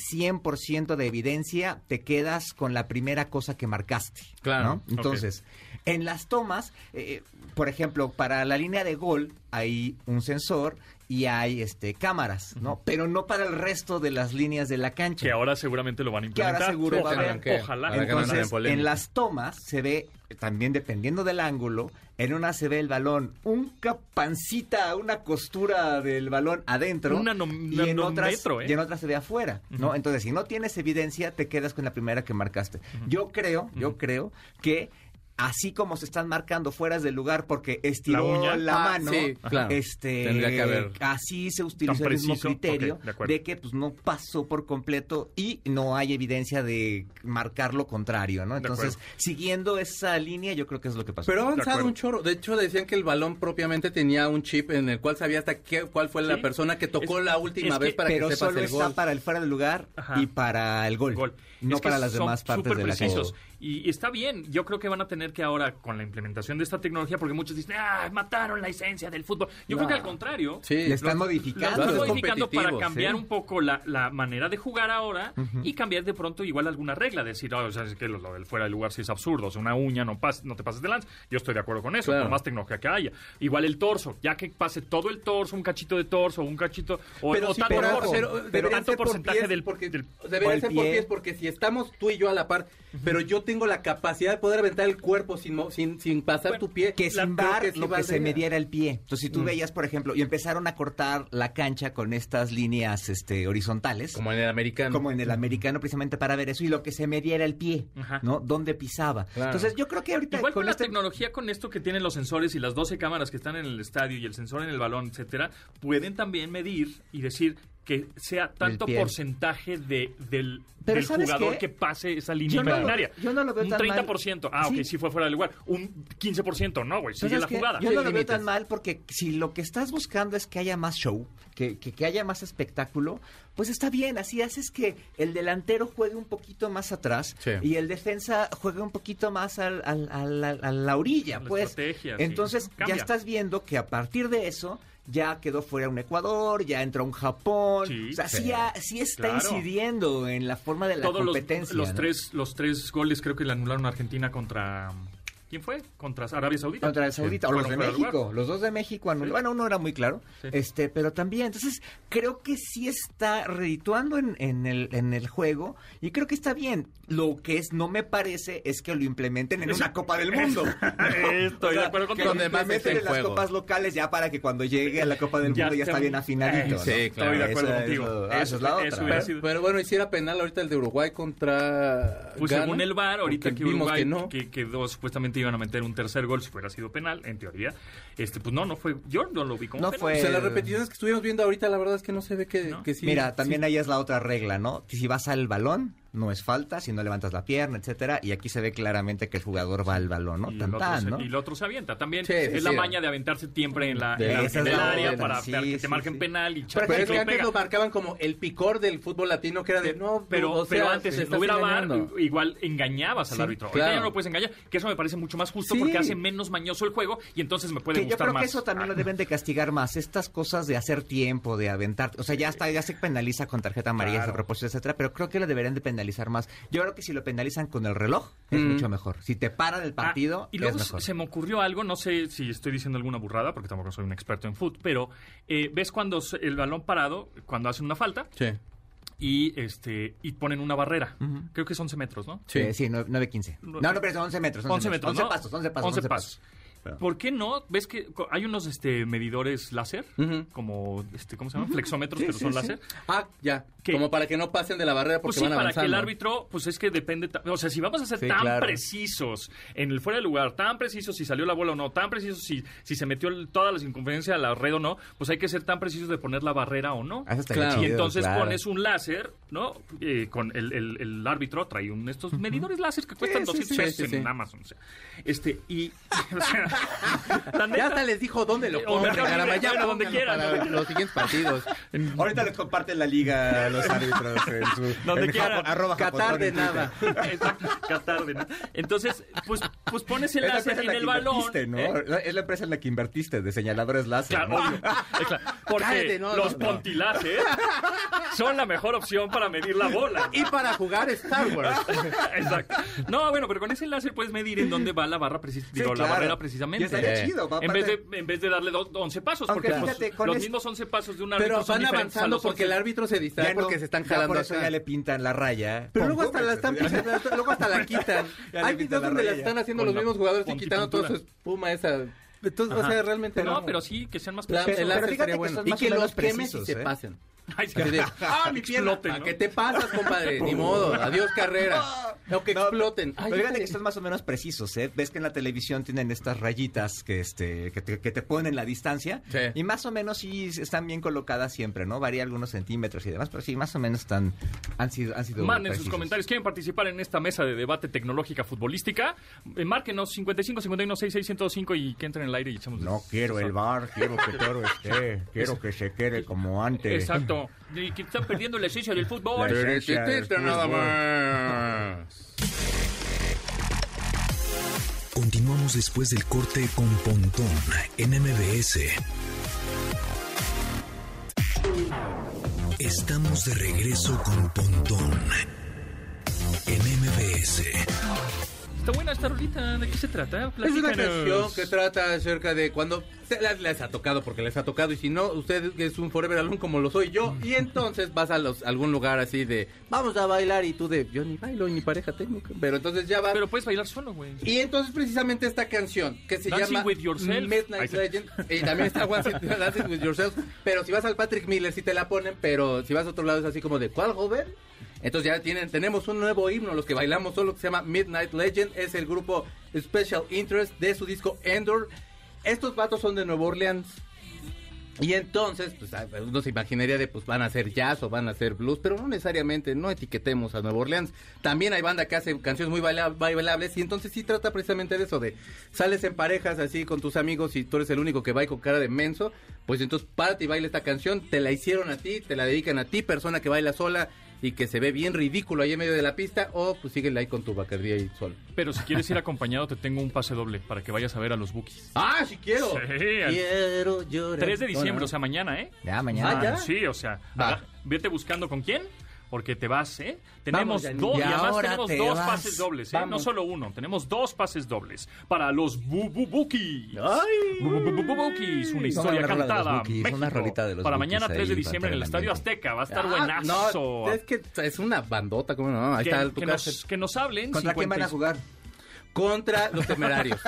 S3: 100% de evidencia, te quedas con la primera cosa que marcaste.
S4: Claro,
S3: ¿no? Entonces, en las tomas, eh, por ejemplo, para la línea de gol hay un sensor y hay este cámaras, ¿no? Pero no para el resto de las líneas de la cancha.
S2: Que ahora seguramente lo van a
S3: Que ahora
S2: implementar.
S3: seguro va a
S2: ojalá,
S3: haber
S4: que-
S2: ojalá.
S4: para que no anden
S3: entonces,
S4: en polémica.
S3: en las tomas se ve, también dependiendo del ángulo, en una se ve el balón, un capancita, una costura del balón adentro.
S2: Un nano-
S3: y, en otras,
S2: nanometro, ¿eh?
S3: y en otras se ve afuera, ¿no? Entonces, si no tienes evidencia, te quedas con la primera que marcaste. Yo creo, yo creo que... Así como se están marcando fueras del lugar porque estiró
S2: La
S3: la,
S2: uña.
S4: Ah,
S3: mano,
S4: sí, claro.
S3: este,
S4: Tendría que haber.
S3: así se utilizó el mismo
S2: preciso. Ok,
S3: criterio
S2: de acuerdo.
S3: de que pues no pasó por completo y no hay evidencia de marcar lo contrario, ¿no?
S2: De
S3: Entonces,
S2: acuerdo.
S3: siguiendo esa línea, yo creo que es lo que pasó.
S4: Pero ha
S2: De
S4: avanzado
S2: acuerdo.
S4: un chorro. De hecho, decían que el balón propiamente tenía un chip en el cual sabía hasta qué, cuál fue la
S2: Sí.
S4: persona que tocó
S2: Es-
S4: la última
S2: es
S4: vez
S2: que-
S4: para
S3: Pero
S4: que sepas
S3: solo
S4: el
S3: está
S4: gol.
S3: para el fuera de lugar
S2: Ajá.
S3: y para el gol,
S2: gol.
S3: no
S2: Es que
S3: para las
S2: son
S3: demás partes de la
S2: superprecisos.
S3: cancha.
S2: Y, y está bien, yo creo que van a tener que ahora, con la implementación de esta tecnología, porque muchos dicen, ah, mataron la esencia del fútbol. Yo creo que al contrario,
S4: Sí,
S3: Le están
S4: los-
S2: lo
S3: modificando.
S4: los
S2: están
S4: datos
S2: modificando para
S4: competitivos,
S2: cambiar
S4: sí.
S2: un poco la, la manera de jugar ahora y cambiar de pronto igual alguna regla. Decir, "Ah, o sea, es que lo, lo del fuera de lugar sí es absurdo. O sea, una uña no, pas- no te pases de lanza. Yo estoy de acuerdo con eso,
S4: Claro.
S2: por más tecnología que haya. Igual el torso, ya que pase todo el torso, un cachito de torso, un cachito. O,
S4: pero
S2: o
S4: sí,
S2: tanto,
S4: por-
S2: torso,
S4: pero-
S2: pero
S4: deberían
S2: tanto
S4: ser por
S2: porcentaje
S4: pies,
S2: del.
S4: porque
S2: del-
S3: o
S4: debería
S3: el
S4: ser por
S3: pie.
S4: pies porque si estamos tú y yo a la par, pero yo tengo la capacidad de poder aventar el cuerpo sin mo- sin sin pasar
S2: Bueno,
S4: tu pie.
S3: Que
S4: la-
S3: sin
S4: creo
S3: bar,
S4: sí
S3: lo que se
S4: valdría.
S3: mediera el pie. Entonces, si tú veías, por ejemplo, y empezaron a cortar la cancha con estas líneas este, horizontales.
S4: como en el americano.
S3: como en el americano precisamente para ver eso y lo que se medía era el pie,
S2: Ajá.
S3: ¿no? Dónde pisaba.
S4: Claro.
S3: Entonces yo creo que ahorita
S2: Igual con la
S3: este-
S2: tecnología, con esto que tienen los sensores y las 12 cámaras que están en el estadio y el sensor en el balón, etcétera, pueden también medir y decir que sea tanto
S3: pie.
S2: porcentaje de, del,
S3: Pero
S2: del
S3: ¿sabes
S2: jugador
S3: qué?
S2: que pase esa línea
S3: Yo no lo-
S2: imaginaria.
S3: yo no lo veo
S2: Un
S3: tan mal.
S2: 30%. Ah, ok,
S3: Sí.
S2: sí fue fuera de lugar. Un 15%, no, güey, Pues sigue
S3: ¿Sabes
S2: la
S3: qué?
S2: jugada.
S3: Yo
S4: Sí,
S3: no lo veo
S4: limitas.
S3: tan mal porque si lo que estás buscando es que haya más show, que, que, que haya más espectáculo, pues está bien. Así haces que el delantero juegue un poquito más atrás
S4: Sí.
S3: y el defensa juegue un poquito más al- al- al- al- a la orilla.
S2: La
S3: pues
S2: estrategia, sí.
S3: entonces
S2: Cambia.
S3: ya estás viendo que a partir de eso ya quedó fuera un Ecuador, ya entró un Japón.
S2: Sí,
S3: o sea, sí,
S2: sí.
S3: ha- sí está
S2: Claro.
S3: incidiendo en la forma de la
S2: Todos los,
S3: competencia.
S2: los
S3: ¿no?
S2: tres, los tres goles creo que le anularon a Argentina contra... ¿Quién fue? Contra Arabia Saudita.
S3: Contra el Saudita, o los de
S2: Fueron fuera de
S3: México,
S2: lugar.
S3: los dos de México anularon. Bueno, uno era muy claro,
S2: Sí.
S3: este, pero también, entonces, creo que sí está redituando en, en el, en el juego y creo que está bien. Lo que es, no me parece es que lo implementen en una Copa del Mundo.
S2: Estoy de acuerdo contigo.
S3: Que lo
S4: Donde más esté
S3: implementen
S4: el
S3: en las
S4: juego.
S3: copas locales ya para que cuando llegue a la Copa del
S2: Ya
S3: Mundo ya
S2: está-
S3: está bien afinadito.
S2: Eh,
S3: ¿no?
S4: sí, claro,
S2: Estoy de acuerdo
S3: Eso-
S2: contigo.
S3: eso- ah, eso es la
S2: eso
S3: otra.
S2: hubiera
S4: pero,
S2: sido-
S4: pero bueno, hiciera penal ahorita el de Uruguay contra
S2: Pues
S4: Ghana,
S2: según el VAR, ahorita
S4: porque
S2: que
S4: vimos
S2: Uruguay,
S4: que no.
S2: que, que dos supuestamente iban a meter un tercer gol, si hubiera sido penal, en teoría, este pues no, no fue, yo no lo vi como
S3: No
S2: penal.
S3: fue-
S4: O sea, las repeticiones que estuvimos viendo ahorita, la verdad es que no se ve que,
S2: ¿No?
S4: que sí.
S3: Mira, también
S4: sí.
S3: ahí es la otra regla, ¿no? Que Si vas al balón, no es falta, si no levantas la pierna, etcétera, y aquí se ve claramente que el jugador va al balón, ¿no?
S2: Y,
S3: Tan,
S2: el otro
S3: tan,
S2: se,
S3: ¿no?
S2: y el otro se avienta. También
S4: Sí, sí,
S2: es la
S4: sí.
S2: maña de aventarse siempre en la,
S3: De-
S2: en la-
S3: esa es
S2: en el
S3: la
S2: área
S3: orden,
S2: para
S3: sí,
S2: para que te
S3: sí,
S2: marquen
S3: sí.
S2: penal y
S4: Pero
S2: chapear
S4: es que antes
S2: pega.
S4: lo marcaban como el picor del fútbol latino, que era de no,
S2: Pero,
S4: o sea,
S2: pero antes,
S4: se
S2: si no
S4: estás
S2: hubiera VAR,
S4: engañando.
S2: igual engañabas al
S3: Sí,
S2: árbitro. Ahorita
S4: claro.
S2: ya no lo puedes engañar, que eso me parece mucho más justo
S4: Sí.
S2: porque hace menos mañoso el juego y entonces me puede
S3: Que yo
S2: gustar
S3: creo
S2: más.
S3: que eso también
S2: Ah.
S3: lo deben de castigar más. Estas cosas de hacer tiempo, de aventar. O sea, ya, está, ya se penaliza con tarjeta amarilla
S2: Claro.
S3: a propósito, etcétera. Pero creo que lo deberían de penalizar más. Yo creo que si lo penalizan con el reloj, es
S4: Mm.
S3: mucho mejor. Si te paran el partido,
S2: Ah, y luego
S3: es
S2: se-
S3: mejor.
S2: se me ocurrió algo, no sé si estoy diciendo alguna burrada, porque tampoco soy un experto en fútbol, pero eh, ves cuando se- el balón parado, cuando hacen una falta
S6: Sí.
S2: y este y ponen una barrera. Creo que es 11 metros, ¿no?
S6: Sí.
S3: Eh, sí, 9-15. No, no, pero es 11 metros.
S2: 11 metros,
S3: 11
S2: ¿no?
S3: pasos, 11 pasos.
S2: 11
S3: 11 pasos.
S2: ¿Por qué no? ¿Ves que co- hay unos este, medidores láser?
S3: Mm.
S4: Ujú.
S2: Como, este, ¿cómo se llaman? Flexómetros, pero son láser.
S4: Ah, ya.
S2: ¿Qué?
S4: Como para que no pasen de la barrera porque
S2: Pues sí,
S4: van
S2: para que
S4: avanzando.
S2: el árbitro, pues es que depende. ta- O sea, si vamos a ser
S6: Sí,
S2: tan
S6: claro.
S2: precisos en el fuera de lugar, tan precisos si salió la bola o no, tan precisos si, si se metió el- toda la circunferencia a la red o no, pues hay que ser tan precisos de poner la barrera o no.
S3: Ah, eso estaría
S4: Claro.
S2: Y
S3: chido,
S2: entonces
S3: claro.
S2: pones un láser, ¿no? Eh, con el, el- el árbitro trae un, estos medidores láser que cuestan
S4: sí,
S2: 200
S4: sí,
S2: pesos
S4: sí,
S2: en
S4: sí.
S2: Amazon. o sea. Este, y. o sea, la
S4: Ya
S2: neta-
S4: hasta les dijo dónde lo
S2: O
S4: compran.
S2: Mercado
S4: caramba,
S2: Libre,
S4: ya
S2: bueno, donde
S4: pónganlo
S2: quieran,
S4: para-
S6: Para los siguientes partidos.
S3: Ahorita les comparte la liga a los árbitros en su.
S2: Donde
S3: en
S2: quieran.
S3: Japón, arroba
S4: Qatar
S3: Japón
S4: de
S3: en Twitter.
S4: nada.
S2: Exacto, Qatar, ¿no? Entonces, pues, pues pones el
S3: Es la empresa
S2: láser
S3: en
S2: en
S3: la
S2: el
S3: que
S2: balón.
S3: invertiste, ¿no?
S2: ¿eh?
S3: Es la empresa en la que invertiste, de señaladores láser.
S2: Claro,
S3: ¿no?
S2: obvio. Eh, claro, Porque
S4: Cállate, no,
S2: los
S4: no.
S2: pontiláceres son la mejor opción para medir la bola.
S4: Y para jugar Star Wars.
S2: Exacto. No, bueno, pero con ese láser puedes medir en dónde va la barra precis- digo, la
S3: claro.
S2: barrera
S3: Y
S2: precisamente.
S3: estaría chido, va,
S2: en, vez
S3: aparte-
S2: de, en vez de darle do- 11 pasos,
S3: Aunque
S2: porque pues,
S3: fíjate, con
S2: los
S3: es-
S2: mismos 11 pasos de un árbitro
S4: Pero
S2: son
S4: van
S2: diferentes a
S4: avanzando
S2: los
S4: porque el
S2: 11.
S4: árbitro se distrae
S3: Ya no,
S4: porque se están
S3: ya
S4: jalando.
S3: Por eso
S4: acá.
S3: ya le pintan la raya.
S4: Pero
S3: Con
S4: luego hasta la están
S3: Gómez, ya-
S4: pintando, luego hasta la quitan.
S3: Ya le
S4: Hay
S3: pintan
S4: videos
S3: la
S4: donde la
S3: raya.
S4: están haciendo
S2: Con
S4: los
S2: la
S4: mismos jugadores y quitando toda su
S2: puntipuntura.
S4: espuma esa. Entonces, o sea, realmente
S2: No, pero sí, que sean más
S4: La-
S2: precisos.
S4: el láser
S3: fíjate
S4: sería
S3: que
S4: bueno.
S3: son
S4: Y
S3: más
S4: que
S3: o menos
S4: los quemes y
S3: precisos,
S4: se
S3: ¿eh.
S4: pasen.
S2: Ay, sí.
S4: Así de, ah, mi pierna,
S2: Exploten,
S4: ¿a
S2: ¿no?
S4: ¿qué te pasas, compadre? Ni modo, adiós carrera. No, que exploten. Ay,
S3: Pero fíjate que
S4: ay.
S3: están más o menos precisos, ¿eh? Ves que en la televisión tienen estas rayitas que, este, que, te, que te ponen la distancia.
S6: Sí.
S3: Y más o menos sí están bien colocadas siempre, ¿no? Varía algunos centímetros y demás, pero sí, más o menos están, han sido, han sido
S2: Manden sus
S3: precisos.
S2: comentarios. ¿Quieren participar en esta mesa de debate tecnológica futbolística? Eh, Márquenos 55 51 66 105 y que entren en el aire y echamos
S3: No quiero el bar, quiero que todo esté, quiero que se quede como antes.
S2: Este. Exacto. Y que están perdiendo la esencia del
S3: La
S2: fútbol.
S3: esencia del
S6: Nada
S3: fútbol.
S6: más.
S1: Continuamos después del corte con Pontón en MBS. Estamos de regreso con Pontón en MBS.
S2: Está buena esta rolita. ¿De qué se trata?
S4: Es una
S2: Platícanos.
S4: canción que trata acerca de cuando se las, les ha tocado, porque les ha tocado, y si no, usted es un forever alone como lo soy yo, y entonces vas a los, algún lugar así de, vamos a bailar, y tú de, yo ni bailo, ni pareja tengo, pero entonces ya vas...
S2: Pero puedes bailar solo, güey.
S4: y entonces precisamente esta canción que se
S2: Dancing
S4: llama
S2: with Yourself. Ahí
S4: Midnight
S2: está.
S4: Legend y también está Once It- Dancing with Yourself, pero si vas al Patrick Miller sí te la ponen, pero si vas a otro lado es así como de ¿cuál joven? Entonces ya tienen tenemos un nuevo himno los que bailamos solo que se llama Midnight Legend, es el grupo Special Interest de su disco Endor. Estos vatos son de Nueva Orleans. Y entonces, pues a- uno se imaginaría de, pues van a hacer jazz o van a hacer blues, pero no necesariamente, no etiquetemos a Nueva Orleans. También hay banda que hace canciones muy baila- bailables y entonces sí trata precisamente de eso, de sales en parejas así con tus amigos y tú eres el único que va y con cara de menso, pues entonces párate y baila esta canción, te la hicieron a ti, te la dedican a ti, persona que baila sola y que se ve bien ridículo ahí en medio de la pista, o pues síguele ahí con tu bacardí ahí solo.
S2: Pero si quieres ir acompañado, te tengo un pase doble para que vayas a ver a los Bookies.
S4: ¡Ah, sí quiero!
S2: Sí, al-
S4: quiero llorar.
S2: 3 de diciembre,
S4: Bueno,
S2: o sea, mañana, ¿eh?
S3: Ya, mañana.
S4: Ah, ya.
S2: Sí, o sea,
S4: Va.
S2: haga- vete buscando con quién, porque te vas, ¿eh? Tenemos
S4: Vamos,
S2: dos, y
S4: Janine. Y
S2: además
S4: ahora
S2: tenemos
S4: te
S2: dos
S4: vas.
S2: pases dobles, ¿eh? No
S4: Vamos.
S2: solo uno, tenemos dos pases dobles para los Bukis. Bukis, una historia
S3: la rola de los
S2: cantada.
S3: Bukis, una
S2: México.
S3: rolita de los
S2: para
S3: Bukis
S2: mañana 3 de
S3: ahí,
S2: diciembre en el
S3: para tener
S2: Estadio
S3: ambiente.
S2: Azteca, va a estar
S4: Ah,
S2: buenazo.
S4: No, es que es una bandota, ¿cómo no? Ahí
S2: que,
S4: está tu
S2: que
S4: clase.
S2: nos, que nos hablen.
S3: ¿Contra
S2: 50
S3: quién van a jugar?
S4: Contra los temerarios.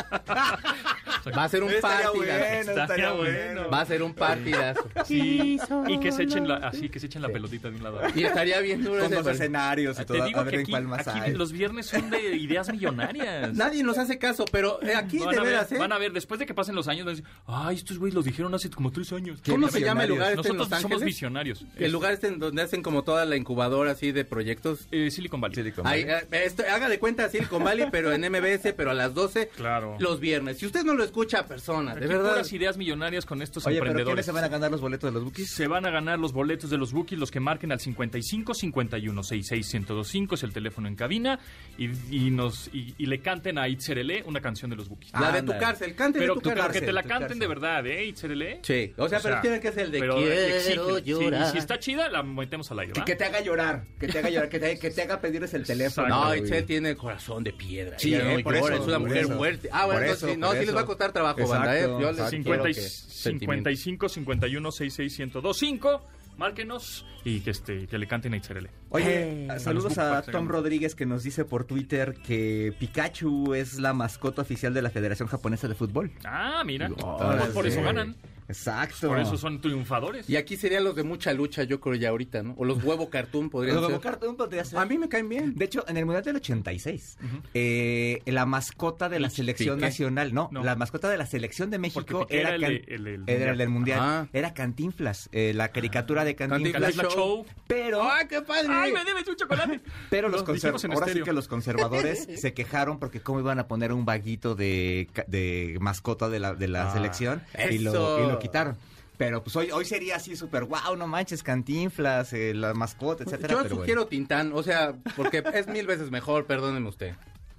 S4: Va a ser un
S3: Estaría
S4: partidazo.
S2: Estaría
S3: estaría
S2: bueno.
S4: Va a ser un partidazo.
S2: Sí, y que se echen la, así, que se echen la pelotita de un lado. a otro.
S4: Y estaría bien duro
S3: Con
S4: ese
S3: los
S4: partido.
S3: escenarios y
S2: Ah, Te
S3: todo,
S2: digo
S3: a ver
S2: que
S3: en
S2: aquí,
S3: cuál más
S2: aquí
S3: hay.
S2: los viernes son de ideas millonarias.
S4: Nadie nos hace caso, pero eh, aquí
S2: Van
S4: de
S2: a, ver,
S4: veras, ¿eh?
S2: van a ver, después de que pasen los años, van a decir, ay, estos güeyes lo dijeron hace como tres años.
S4: ¿Cómo se llama el lugar este en
S2: Nosotros
S4: Los
S2: somos
S4: Ángeles?
S2: visionarios.
S4: El lugar este en donde hacen como toda la incubadora así de proyectos.
S2: Eh, Silicon Valley.
S4: Ahí, eh, esto- haga de cuenta Silicon Valley, pero en MBS. 13, pero a las 12.
S2: Claro.
S4: Los viernes. Si usted no lo escucha, persona, de
S2: Aquí
S4: verdad.
S2: puras ideas millonarias con estos
S3: Oye, pero ¿quiénes
S2: emprendedores.
S3: se van a ganar los boletos de los
S2: Bookies.
S3: Bookies?
S2: Se van a ganar los boletos de los Bookies, los que marquen al 55 51 66 1025 es el teléfono en cabina y, y nos y, y le canten a Itzerele una canción de los Bookies.
S4: La de tu
S3: Ándale.
S4: cárcel, cántele
S2: pero
S4: Ah, tu
S2: que, pero
S4: cárcel.
S2: que te la
S4: tu
S2: canten de
S4: cárcel.
S2: verdad, ¿eh, Itzerele?
S4: Sí, o sea, pero tiene que ser el de quiero
S2: exígele. Sí,
S4: llorar.
S2: y si está chida, la metemos al aire,
S3: Que,
S2: ¿va?
S3: que te haga llorar, que te haga llorar, que te, que te haga pedirles el teléfono.
S2: Exacto.
S4: No,
S3: güey.
S4: Itzel tiene corazón de piedra.
S3: Sí,
S4: Ella
S3: eh,
S4: no
S3: por
S4: llora,
S3: eso,
S4: es una
S3: por
S4: mujer
S3: eso.
S4: fuerte. Ah, bueno,
S3: Por
S4: entonces
S3: eso,
S4: sí, no,
S3: por
S4: sí les va a
S3: eso.
S4: costar trabajo, banda, ¿eh?
S3: Exacto.
S4: Yo les
S3: Exacto.
S4: quiero que-
S2: 50 y- 55 51 66 1025 márquenos y que este que le canten a Itzerele.
S3: Oye, saludos
S2: Eh, a
S3: a
S2: los
S3: Tom Rodríguez que nos dice por Twitter que Pikachu es la mascota oficial de la Federación Japonesa de Fútbol.
S2: Ah, mira.
S3: Ahora
S2: Pues por eso
S3: sí.
S2: ganan.
S3: Exacto.
S2: Por eso son triunfadores.
S4: Y aquí serían los de mucha lucha, yo creo ya ahorita, ¿no? O los huevo cartoon podrían
S3: Los
S4: ser.
S3: Bobo Cartoon podría ser.
S4: A mí me caen bien.
S3: De hecho, en el Mundial del 86, eh, la mascota de la selección
S4: Piqué.
S3: nacional, no,
S2: No.
S3: la mascota de la selección de México
S2: Porque Piqué
S3: era,
S2: era el
S3: Can-
S2: de- el del
S3: era el del Mundial,
S4: Ajá.
S3: era Cantinflas, eh, la caricatura de Cantinflas.
S2: Cantinflas
S4: Show.
S2: Show.
S3: Pero,
S4: ¡Ay, qué padre!
S2: ¡Ay, me debes un chocolate!
S3: pero los,
S2: Lo
S3: conser-
S2: dijimos en
S3: ahora sí
S2: estéreo.
S3: que los conservadores se quejaron porque cómo iban a poner un vaguito de, ca- de mascota de la, de la
S2: Ah,
S3: selección y lo,
S4: eso.
S3: y lo quitaron. Pero pues hoy, hoy sería así súper wow, no manches, Cantinflas, eh, la mascota, etcétera.
S4: Yo
S3: pero bueno,
S4: sugiero Tintán, o sea, porque es mil veces mejor, perdónenme usted.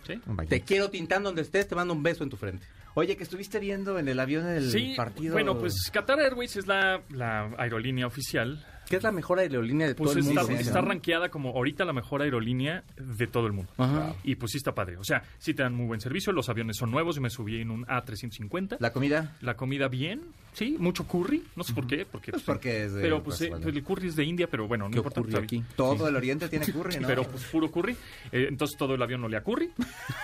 S2: ¿Sí?
S3: un vaguito.
S4: Te quiero Tintán donde estés, te mando un beso en tu frente.
S3: Oye, que estuviste viendo en el avión el
S2: Sí,
S3: partido.
S2: bueno, pues Qatar Airways es la, la aerolínea oficial.
S4: Que es la mejor aerolínea de
S2: Pues
S4: todo el
S2: está,
S4: mundo.
S3: dice,
S2: está
S3: ¿no?
S2: rankeada como ahorita la mejor aerolínea de todo el mundo.
S4: Ajá.
S2: Y pues sí está padre. O sea, sí te dan muy buen servicio, los aviones son nuevos, yo me subí en un A350. La,
S3: la comida.
S2: comida bien, sí, mucho curry, no sé por qué. Porque,
S3: Pues porque es de-
S2: Pero pues,
S3: pues,
S2: eh,
S3: bueno.
S2: el curry es de India, pero bueno, no
S4: ¿Qué
S2: importa.
S4: ocurre
S2: está bien.
S4: aquí?
S3: Todo el oriente tiene curry, ¿no?
S2: Pero pues puro curry. Eh, entonces todo el avión olía a curry.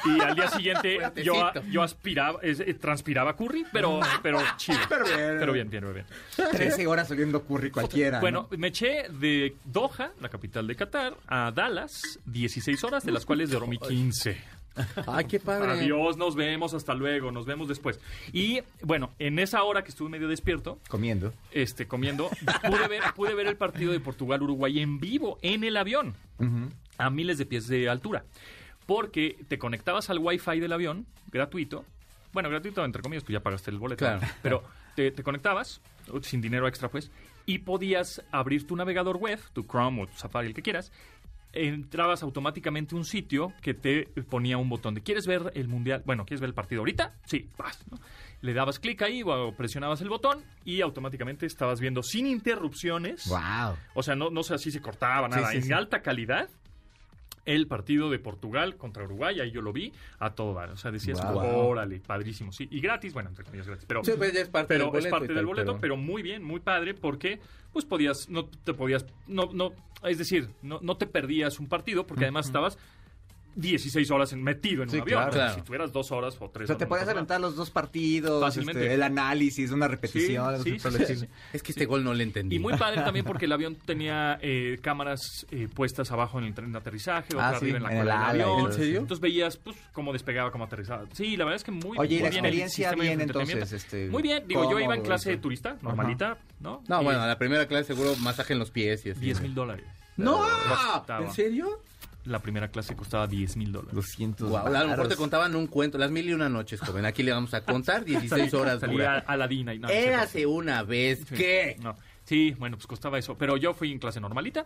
S2: Y al día siguiente yo, a-
S4: Fuertecito.
S2: yo aspiraba, es- eh, transpiraba curry, pero, pero chido.
S3: Mm. Pero bien.
S2: Pero bien, bien, bien.
S3: 13 horas oliendo curry cualquiera. ¿no?
S2: Bueno, me eché de Doha, la capital de Qatar, a Dallas, 16 horas, de las cuales dormí 15.
S4: Ay, qué padre.
S2: Adiós, nos vemos, hasta luego, nos vemos después. Y bueno, en esa hora que estuve medio despierto,
S3: Comiendo.
S2: este, comiendo, pude ver, pude ver el partido de Portugal-Uruguay en vivo, en el avión, a miles de pies de altura. Porque te conectabas al wifi del avión, gratuito. Bueno, gratuito entre comillas, pues ya pagaste el boleto.
S4: Claro.
S2: Pero te, te conectabas, uh, sin dinero extra pues, y podías abrir tu navegador web, tu Chrome o tu Safari, el que quieras. Entrabas automáticamente a un sitio que te ponía un botón de ¿Quieres ver el mundial? Bueno, ¿quieres ver el partido ahorita? Sí, vas. ¿no? Le dabas clic ahí o presionabas el botón y automáticamente estabas viendo sin interrupciones.
S3: Wow.
S2: O sea, no, no sé si se cortaba nada.
S3: sí,
S2: en
S3: sí.
S2: alta calidad, el partido de Portugal contra Uruguay, ahí yo lo vi a todo dar. O sea, decías,
S3: Wow.
S2: órale, padrísimo. Sí, y gratis, bueno, entre comillas gratis. Pero,
S4: Sí, pues ya es parte
S2: pero
S4: del boleto
S2: es parte
S4: y tal,
S2: del boleto,
S4: pero-
S2: pero... muy bien, muy padre, porque pues podías, no te podías, no, no, es decir, no, no te perdías un partido, porque además estabas 16 horas en- metido en
S4: Sí,
S2: un avión.
S4: claro.
S2: O sea,
S4: Claro.
S2: Si tuvieras dos horas o tres
S3: O sea, te
S2: horas, no
S3: podías
S2: pasa nada.
S3: aventar los dos partidos,
S2: Fácilmente.
S3: este, el análisis, una repetición.
S2: Sí, sí, sí,
S3: no sé, por
S2: sí,
S3: decir.
S4: Es que este gol no le entendí.
S2: Y muy padre también porque el avión tenía eh, cámaras eh, puestas abajo en el tren de aterrizaje, otra
S3: Ah, sí,
S2: arriba en la
S3: en el
S2: cola
S3: ala y
S2: del avión.
S3: todo eso. ¿En serio?
S2: Entonces veías pues cómo despegaba, cómo aterrizaba. Sí, la verdad es que muy,
S3: Oye, ¿y
S2: muy
S3: la
S2: bien el
S3: experiencia
S2: sistema de
S3: bien,
S2: entretenimiento.
S3: entonces, este,
S2: muy bien, digo, yo iba en
S3: cómodo, este?
S2: clase de
S3: eso?
S2: turista, normalita, ¿no?
S4: No,
S2: Y
S4: bueno, a la primera clase seguro masaje en los pies y así.
S2: 10 mil dólares.
S4: ¡No! ah,
S2: Costaba.
S4: ¿En serio?
S2: La primera clase costaba 10 mil dólares.
S3: 200
S4: Guau, a lo mejor te
S3: varos.
S4: contaban un cuento, las mil y una noches, joven. Aquí le vamos a contar 16 horas.
S2: Salía
S4: dura.
S2: a la Dina y nada.
S4: Érase una vez que...
S2: No. Sí, bueno, pues costaba eso. Pero yo fui en clase normalita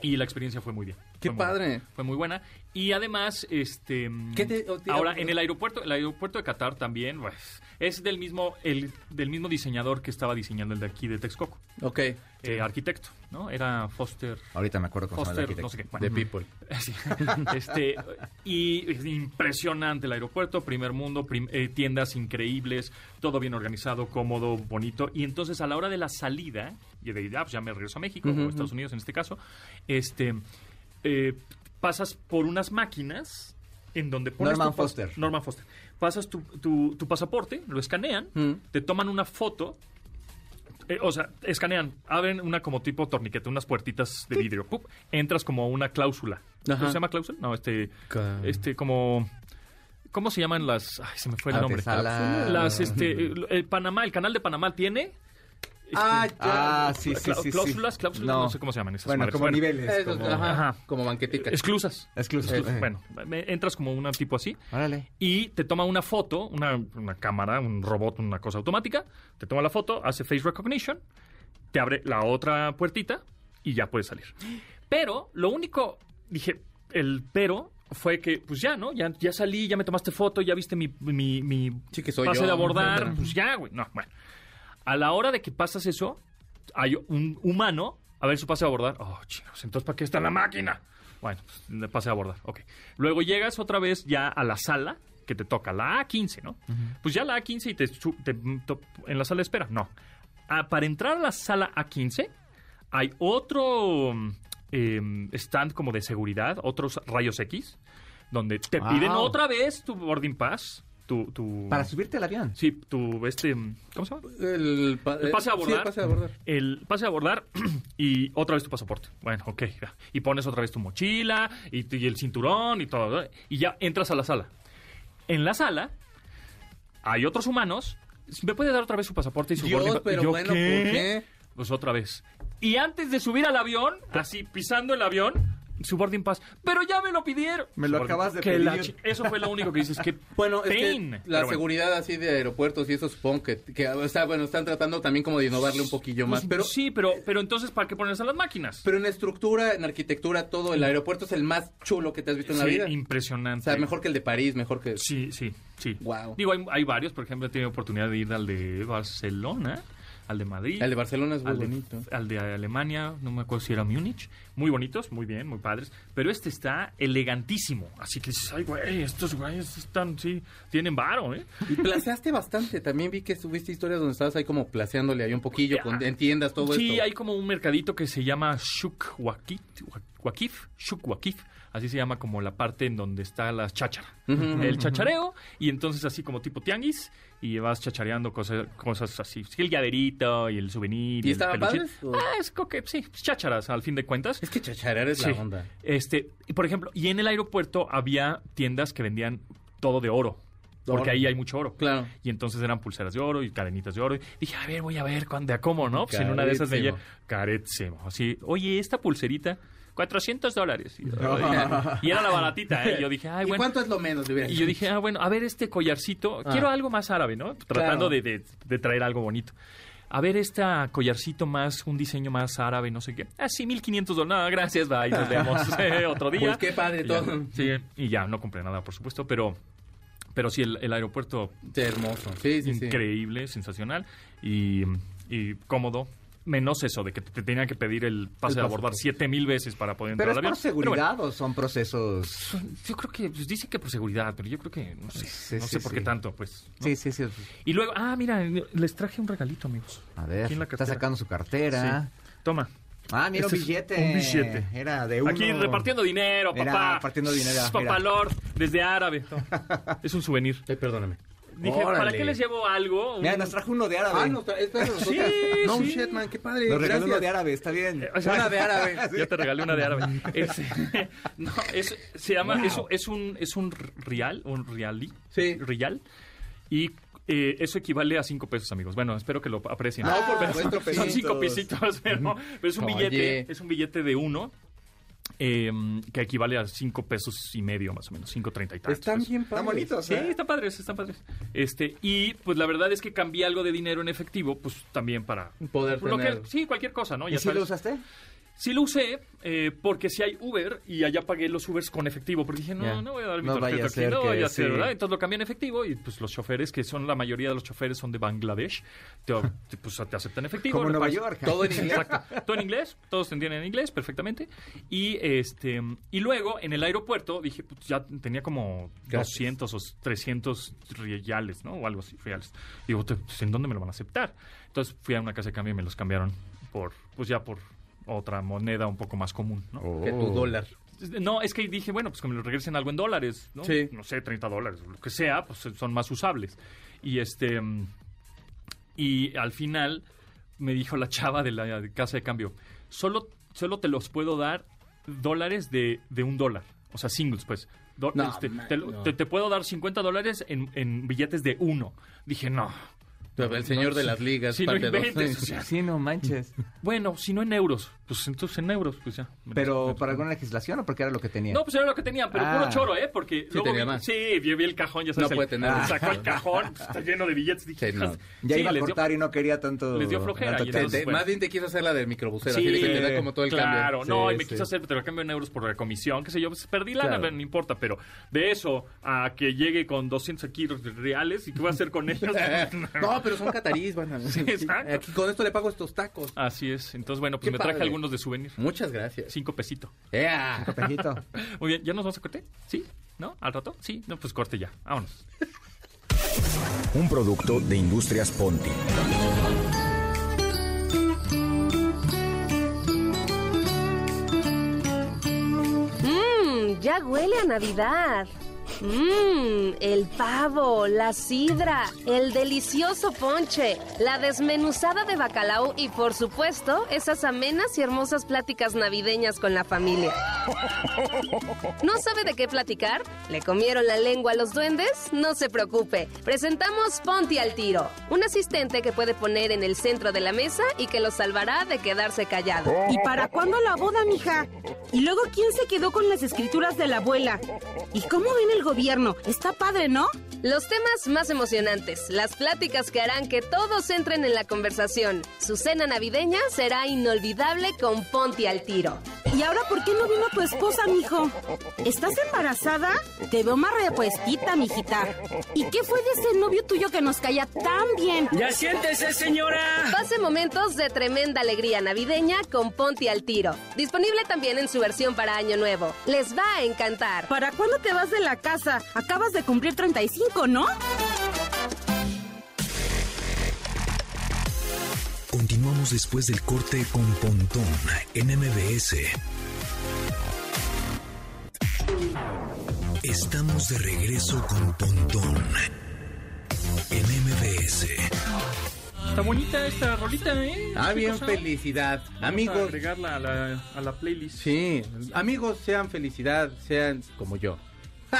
S2: y la experiencia fue muy bien.
S4: ¡Qué
S2: Fue muy
S4: padre!
S2: buena. fue muy buena. Y además, este. mm,
S4: ¿Qué te- o te-
S2: ahora, en el aeropuerto, el aeropuerto de Qatar también, pues, es del mismo, el, del mismo diseñador que estaba diseñando el de aquí de Texcoco.
S4: Ok,
S2: eh, arquitecto, ¿no? Era Foster.
S3: Ahorita me acuerdo cómo se llama el
S2: Foster,
S3: arquitecto.
S2: no sé qué. Bueno.
S4: de people.
S2: Sí. Este, y es impresionante el aeropuerto, primer mundo, prim- eh, tiendas increíbles, todo bien organizado, cómodo, bonito. Y entonces a la hora de la salida, y de ya, pues, ya me regreso a México, o a Estados Unidos en este caso, este, eh, pasas por unas máquinas en donde pones...
S3: Norman
S2: tu pas-
S3: Foster.
S2: Norman Foster. Pasas tu, tu- tu pasaporte, lo escanean,
S4: Mm.
S2: te toman una foto eh, o sea, escanean, abren una como tipo torniquete, unas puertitas de vidrio. ¡pup! Entras como a una cláusula. ¿Cómo
S4: Ajá.
S2: se llama cláusula? No, este.
S4: Ca-
S2: Este, como. ¿Cómo se llaman
S3: Ah,
S2: las.? Ay, se me fue el nombre.
S3: Antesala.
S2: Las, este. eh, El Panamá, el canal de Panamá tiene.
S4: Ah, ya.
S3: Ah, sí, sí,
S2: Cla-
S3: sí. sí.
S2: Cláusulas, cláusulas, no. sé cómo se llaman esas
S3: Bueno,
S2: madres.
S3: como
S2: Bueno,
S3: niveles.
S4: Eso,
S3: como-
S4: ajá,
S2: Ajá.
S4: como banquetica.
S2: Exclusas.
S3: Exclusas.
S2: Exclusas.
S3: Eh.
S2: Bueno, me- entras como un tipo así
S3: Órale.
S2: y te toma una foto, una, una cámara, un robot, una cosa automática. Te toma la foto, hace face recognition, te abre la otra puertita y ya puedes salir. Pero lo único, dije, el pero fue que, pues ya, ¿no? Ya, ya salí, ya me tomaste foto, ya viste mi, mi, mi
S6: Sí, que soy
S2: pase
S6: yo,
S2: de abordar.
S6: etcétera.
S2: Pues ya, güey. No, bueno. A la hora de que pasas eso, hay un humano a ver su pase de abordar. Oh, chicos, entonces ¿para qué está la máquina? Bueno, pues, pase de abordar, ok. Luego llegas otra vez ya a la sala que te toca, la A15, ¿no? Pues ya la A15 y te, su- te- to- en la sala de espera. No. Ah, para entrar a la sala A15 hay otro mm, em, stand como de seguridad, otros rayos X, donde te
S3: Wow.
S2: piden otra vez tu boarding pass, tu... tu
S3: Para subirte al avión.
S2: Sí, tu, este, ¿cómo se llama?
S4: El, pa- eh,
S2: El pase a
S4: sí, el
S2: abordar.
S4: pase a abordar.
S2: El pase a abordar y otra vez tu pasaporte. Bueno, ok. ya. Y pones otra vez tu mochila y, tu- y el cinturón y todo. ¿no? Y ya entras a la sala. En la sala hay otros humanos. ¿Me puede dar otra vez su pasaporte y su boarding
S4: Dios,
S2: pa-
S4: pero
S2: ¿Yo
S4: bueno,
S2: qué?
S4: ¿por qué?
S2: Pues otra vez. Y antes de subir al avión, así pisando el avión, su boarding pass. Pero ya me lo pidieron.
S3: Me lo
S2: Su boarding-
S3: acabas de
S2: que la
S3: pedir.
S2: chi- Eso fue lo único que dices. Que
S4: Bueno, es que
S2: pain.
S4: la
S2: Pero bueno.
S4: seguridad así de aeropuertos y eso supongo que, que, o sea, bueno, están tratando también como de innovarle un poquillo más,
S2: Pues,
S4: pero
S2: sí, pero, pero entonces, ¿para qué ponerse a las máquinas?
S4: pero en estructura, en arquitectura, todo el aeropuerto es el más chulo que te has visto en la
S2: Sí,
S4: vida. O
S2: impresionante.
S4: sea, mejor que el de París, mejor que
S2: Sí, sí, sí.
S4: Guau.
S2: Digo, hay, hay varios, por ejemplo, he tenido oportunidad de ir al de Barcelona, al de Madrid.
S4: el de Barcelona es muy
S2: al de-
S4: bonito.
S2: al de Alemania, no me acuerdo si era Múnich. Muy bonitos, muy bien, muy padres. Pero este está elegantísimo. Así que dices, ay, güey, estos güeyes están, sí, tienen varo, ¿eh?
S4: Y placeaste bastante, también vi que subiste historias donde estabas ahí como placeándole ahí un poquillo, con, en tiendas, todo
S2: sí,
S4: esto.
S2: hay como un mercadito que se llama Shuk Wakif, Wakif, Shuk Wakif. Así se llama como la parte en donde está la cháchara. el chachareo, y entonces así como tipo tianguis, y vas chachareando cosas, cosas así. Sí, el llaverito y el souvenir.
S4: ¿Y
S2: el
S4: estaban
S2: peluchín.
S4: padres, o?
S2: Ah, es como que sí, chácharas al fin de cuentas.
S4: Es que chacharar es
S2: Sí.
S4: la onda.
S2: Este, y por ejemplo, y en el aeropuerto había tiendas que vendían todo de oro.
S4: Oro.
S2: Porque ahí hay mucho oro.
S4: Claro.
S2: Y entonces eran pulseras de oro y cadenitas de oro. Y dije, a ver, voy a ver cuándo, a cómo, ¿no? Pues en una de esas me
S4: Carísimo.
S2: lle- Carísimo. Así, oye, esta pulserita, 400 dólares. Y, y era la baratita, ¿eh? Y yo dije, ay,
S4: ¿Y
S2: bueno.
S4: cuánto es lo menos? Le hubiera
S2: Y
S4: dicho.
S2: yo dije, ah, bueno, a ver este collarcito, quiero algo más árabe, ¿no? Tratando de,
S4: Claro.
S2: de- de traer algo bonito. A ver este collarcito más, un diseño más árabe, no sé qué. Ah, sí, 1500 dólares. No, gracias, bye, nos vemos eh, otro día.
S4: Pues qué padre
S2: Y ya,
S4: todo.
S2: sí, y ya, no compré nada, por supuesto, pero, pero sí, el, el aeropuerto
S4: Sí, hermoso. Sí, sí, sí.
S2: increíble, sensacional y, y cómodo. Menos eso, de que te tenían que pedir el pase de abordar 7000 veces para poder entrar
S3: Pero es
S2: al avión.
S3: por
S2: bueno,
S3: seguridad o son procesos.
S2: yo creo que pues, dicen que por seguridad, pero yo creo que no sé,
S3: Sí,
S2: no
S3: sí,
S2: sé por qué
S3: sí.
S2: tanto, pues. ¿no?
S3: Sí, sí, sí.
S2: Y luego, ah, mira, les traje un regalito, amigos.
S3: A ver,
S2: Aquí en la
S3: está
S2: cartera.
S3: sacando su cartera.
S2: Sí. Toma.
S3: Ah, mira
S2: Este
S3: un
S2: es
S3: billete.
S2: un billete.
S3: Era de uno.
S2: Aquí repartiendo dinero,
S3: Mira,
S2: papá.
S3: repartiendo dinero,
S2: Sss, Papá
S3: mira.
S2: Lord, desde árabe. Toma. Es un souvenir.
S6: Ay, perdóname.
S2: Dije, ¿para
S6: Órale.
S2: qué les llevo algo? Un-
S3: Mira, nos trajo uno de árabe.
S4: Ah, no, tra- es para nosotros.
S2: Sí,
S4: No
S2: sí.
S4: shit, man, qué padre.
S3: nos regaló uno
S4: Gracias.
S3: de árabe, está bien.
S2: Eh, o sea,
S4: Una de árabe.
S2: Ya te regalé una de árabe. Es, no, es- se llama, es, es un es un rial, un rialí,
S4: Sí.
S2: rial, y eh, eso equivale a cinco pesos, amigos. Bueno, espero que lo aprecien.
S4: No, por
S2: Pero
S4: supuesto,
S2: ah, son- son cinco
S3: pesitos.
S2: pesitos, pero, pero es un
S4: Oye.
S2: billete, es un billete de uno. eh, que equivale a cinco pesos y medio, más o menos, cinco treinta y tantos.
S4: Están
S2: pesos.
S4: bien
S3: Están
S4: padres.
S3: bonitos,
S2: Sí,
S3: ¿eh?
S2: están padres, están padres. Este, y pues la verdad es que cambié algo de dinero en efectivo, pues también para
S4: Poder
S2: lo que-
S4: tener.
S2: sí, cualquier cosa, ¿no?
S3: ¿Y si
S2: sabes.
S3: lo usaste?
S2: Sí lo usé eh, porque si hay Uber y allá pagué los Ubers con efectivo porque dije, no,
S3: Ya.
S2: no voy a dar mi
S3: No
S2: tarjeta
S3: vaya a
S2: aquí,
S3: ser
S2: no
S3: que
S2: vaya a ser,
S3: sí.
S2: ¿verdad? Entonces lo cambié en efectivo y pues los choferes, que son la mayoría de los choferes son de Bangladesh, te, te- pues, te aceptan efectivo.
S3: Como
S2: le
S3: Nueva
S2: pagas-
S3: York.
S4: Todo en inglés.
S2: Exacto. Todo en inglés, todos te entienden en inglés perfectamente. Y este y luego en el aeropuerto dije, pues ya tenía como
S4: Gracias.
S2: 200 o 300 reales, ¿no? O algo así, reales. Digo, "Te- pues, ¿en dónde me lo van a aceptar? Entonces fui a una casa de cambio y me los cambiaron por pues ya por otra moneda un poco más común, ¿no?
S4: Que
S3: Oh.
S4: tu dólar.
S2: No, es que dije, bueno, pues que me lo regresen algo en dólares, ¿no?
S4: Sí.
S2: No sé, 30 dólares, lo que sea, pues son más usables. Y este. mm, Y al final me dijo la chava de la de casa de cambio: solo, solo te los puedo dar dólares de, de un dólar. O sea, singles, pues. Do-
S4: No,
S2: este,
S4: man,
S2: te, lo-
S4: no.
S2: te- te puedo dar 50 dólares en, en billetes de uno. Dije, no.
S6: El señor de las ligas.
S2: Si no
S6: parte dos.
S2: inventes, o sea,
S3: Sí, no manches.
S2: Bueno, si no en euros, pues entonces en euros, pues ya.
S3: Pero por alguna legislación o porque era lo que tenía.
S2: No, pues era lo que tenían, pero
S3: Ah.
S2: puro choro, ¿eh? Porque luego
S6: tenía
S2: vi-
S6: más.
S2: Sí, yo vi el cajón, ya sabes.
S6: No
S2: el-
S6: puede tener
S2: ah,
S6: más.
S2: Sacó el cajón, pues, está lleno de billetes. Dije,
S6: Sí, no.
S2: "Hijas".
S3: ya
S2: Sí,
S3: iba a
S2: les dio-
S3: cortar y no quería tanto.
S2: les dio flojera,
S3: tanto
S2: y
S6: Te-
S3: tema.
S2: entonces-
S6: te-
S2: bueno.
S6: Más bien te quiso hacer la del microbusero.
S2: Sí,
S6: así de que te da como todo el cambio.
S2: claro, no,
S6: Sí,
S2: y me
S6: sí.
S2: quiso hacer, te lo cambio en euros por la comisión, qué sé yo, pues perdí la
S6: Claro.
S2: no importa, pero de eso a que llegue con 200 aquí reales, ¿y qué voy a hacer con ellos?
S4: No, pero son catarís, van a
S2: exacto. Ah.
S4: Aquí con esto le pago estos tacos.
S2: Así es, entonces bueno, pues
S6: Qué
S2: me traje
S6: padre.
S2: algunos de souvenir,
S6: Muchas gracias.
S2: cinco pesito.
S6: ¡Ea!
S3: Pejito.
S2: Muy bien, ¿ya nos vamos a corte? ¿Sí? ¿No? ¿Al rato? Sí, no, pues corte ya, vámonos.
S7: Un producto de Industrias Ponti.
S8: Mmm, ya huele a Navidad. Mmm, el pavo, la sidra, el delicioso ponche, la desmenuzada de bacalao y por supuesto esas amenas y hermosas pláticas navideñas con la familia. ¿No sabe de qué platicar? ¿Le comieron la lengua a los duendes? No se preocupe. Presentamos Ponti al Tiro, un asistente que puede poner en el centro de la mesa y que lo salvará de quedarse callado.
S9: ¿Y para cuándo la boda, mija? Y luego, ¿quién se quedó con las escrituras de la abuela? ¿Y cómo ven el gobierno? Está padre, ¿no?
S8: Los temas más emocionantes, las pláticas que harán que todos entren en la conversación. Su cena navideña será inolvidable con Ponti al tiro.
S9: ¿Y ahora por qué no vino tu esposa, mijo? ¿Estás embarazada? Te veo más repuestita, mijita. ¿Y qué fue de ese novio tuyo que nos caía tan bien?
S8: Pase momentos de tremenda alegría navideña con Ponti al tiro. Disponible también en su versión para Año Nuevo. Les va a encantar.
S9: ¿Para cuándo te vas de la casa? Acabas de cumplir 35, ¿no?
S1: Continuamos después del corte con Pontón en MBS. Estamos de regreso con Pontón en MBS.
S2: Está bonita esta rolita, ¿eh?
S4: Ah,
S2: ¿Qué
S4: bien,
S2: cosa?
S4: felicidad.
S2: Vamos a
S4: Amigos,
S2: agregarla a la, a la playlist.
S4: sí. Amigos, sean felicidad, sean como yo.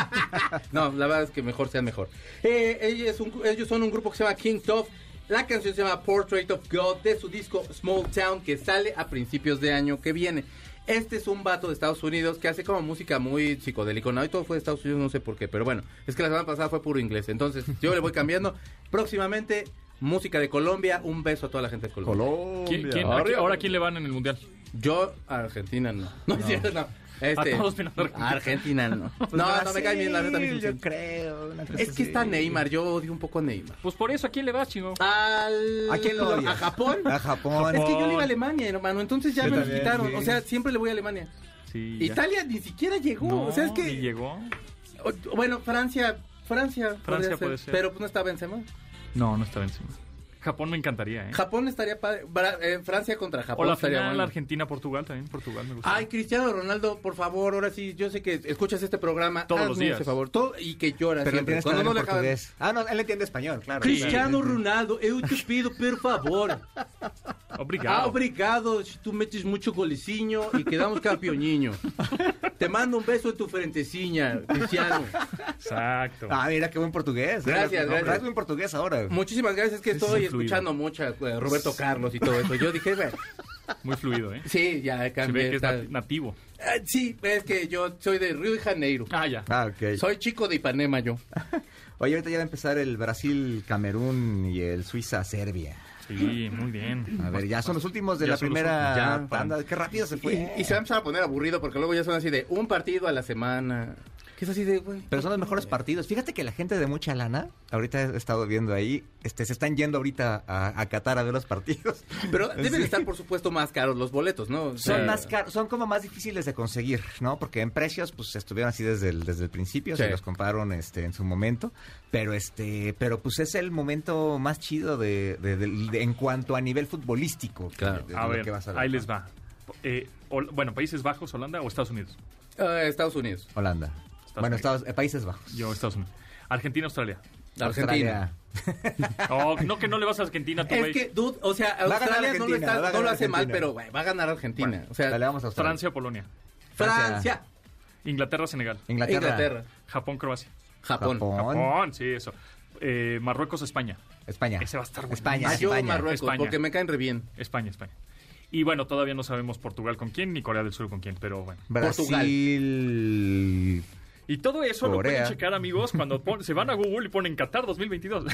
S4: no, la verdad es que mejor sean mejor. Eh, ellos, es un- ellos son un grupo que se llama King Tough. La canción se llama Portrait of God de su disco Small Town que sale a principios de año que viene. Este es un vato de Estados Unidos que hace como música muy psicodélica. No, y todo fue de Estados Unidos, no sé por qué, pero bueno, es que la semana pasada fue puro inglés. Entonces, yo le voy cambiando. Próximamente, música de Colombia. Un beso a toda la gente de Colombia.
S2: ¿Quién- quién- a qui- ¿Ahora a quién le van en el mundial?
S4: Yo a Argentina no. No, es cierto, no. Este,
S2: A todos menos a Argentina.
S4: a Argentina no. no, no me cae bien, la neta. a mí sí me
S3: Pues Yo
S4: gusta.
S3: creo. una cosa
S4: Es que
S3: así.
S4: está Neymar, yo odio un poco a Neymar.
S2: Pues por eso, ¿a quién le vas, chingo?
S3: Ah,
S4: Al...
S3: ¿A quién lo odias?
S4: ¿A Japón?
S3: A Japón.
S4: Es que yo le iba a Alemania, hermano, entonces ya
S3: Yo
S4: me lo
S3: también,
S4: quitaron.
S3: sí.
S4: O sea, siempre le voy a Alemania.
S2: Sí, ya.
S4: Italia ni siquiera llegó.
S2: No,
S4: o sea, es
S2: ni
S4: que.
S2: llegó.
S4: o- bueno, Francia. Francia, podría
S2: puede ser.
S4: Pero pues no está Benzema.
S2: No, no estaba encima. Japón me encantaría, ¿eh?
S4: Japón estaría padre. Bra- eh, Francia contra
S2: o
S4: Japón
S2: la
S4: estaría
S2: final
S4: bueno.
S2: Argentina-Portugal también. Portugal me gusta.
S4: Ay, Cristiano Ronaldo, por favor, ahora sí, yo sé que escuchas este programa.
S2: Todos
S4: hazme
S2: los días.
S4: ese favor, todo- y que lloras
S3: Pero
S4: siempre.
S3: entiendes también
S4: no
S3: en
S4: le acaban-
S3: portugués. Ah, no, él entiende español, claro.
S4: Cristiano Ronaldo, eu te pido, por favor. Ah,
S3: ah,
S2: Obrigado.
S4: obrigado, si tú metes mucho goleciño y quedamos campeoniño. Te mando un beso en tu frenteciña, Cristiano.
S2: Exacto.
S3: Ah, mira, qué buen portugués.
S4: Gracias, gracias.
S3: Es buen portugués ahora.
S4: Muchísimas gracias, es que
S2: sí,
S4: estoy
S2: fluido.
S4: escuchando mucho a eh, Roberto Carlos y todo eso. Yo dije, "Bueno,
S2: Muy fluido, ¿eh?
S4: sí, ya
S2: Se
S4: cambié.
S2: ve que es
S4: tal".
S2: nat- nativo.
S4: Ah, sí, es que yo soy de Río de Janeiro.
S2: Ah, ya.
S3: Ah, ok.
S4: Soy chico de Ipanema yo.
S3: Oye, ahorita ya va a empezar el Brasil, Camerún y el Suiza, Serbia.
S2: Sí, muy bien.
S3: A ver, ya son los últimos de
S2: Ya
S3: la
S2: son los
S3: primera
S4: últimos. Ya,
S3: tanda. Qué rápido se
S4: Y,
S3: fue.
S4: y se va a empezar a poner aburrido porque luego ya son así de un partido a la semana. Que es así de, güey.
S3: Pero son los mejores partidos. Fíjate que la gente de mucha lana, ahorita he estado viendo ahí, este, se están yendo ahorita a, a Qatar a ver los partidos.
S4: Pero deben estar, por supuesto, más caros los boletos, ¿no?
S3: Son
S4: Sí.
S3: más caros, son como más difíciles de conseguir, ¿no? Porque en precios, pues estuvieron así desde el, desde el principio,
S4: Sí.
S3: se los compraron este, en su momento. Pero este, pero pues es el momento más chido de, de- de- de- en cuanto a nivel futbolístico. que-
S4: Claro.
S3: de- de
S2: A
S3: lo
S2: ver,
S3: que vas a ver.
S2: ahí les va. Eh, Hol- bueno, Países Bajos, Holanda o Estados Unidos.
S4: Ah, Estados Unidos.
S3: Holanda. bueno,
S2: Unidos.
S3: Estados, eh, Países Bajos.
S2: Yo, Estados Unidos. Argentina, Australia.
S4: Argentina.
S3: Australia.
S2: Oh, no que no le vas a Argentina, tú,
S4: Es
S2: güey.
S4: que, dude, o sea,
S3: a ganar
S4: Australia no lo,
S3: Argentina,
S4: está-
S3: va a
S4: no lo
S3: ganar
S4: hace mal,
S3: Argentina.
S4: pero güey, va a ganar Argentina. o sea,
S3: Dale, vamos a Australia.
S2: Francia o Polonia.
S4: Francia,
S2: Inglaterra, Senegal.
S3: Inglaterra.
S4: Inglaterra,
S2: Japón, Croacia.
S4: Japón.
S3: Japón.
S2: Japón, sí, eso. eh, Marruecos-España.
S3: España.
S2: Ese va a estar
S3: España,
S4: Ah, yo
S3: España.
S4: Marruecos,
S2: España.
S4: porque me caen re bien.
S2: España, España. Y bueno, todavía no sabemos Portugal con quién ni Corea del Sur con quién, pero bueno.
S3: Brasil.
S2: Y todo eso lo
S3: Corea.
S2: pueden checar, amigos, cuando pon- se van a Google y ponen Qatar 2022.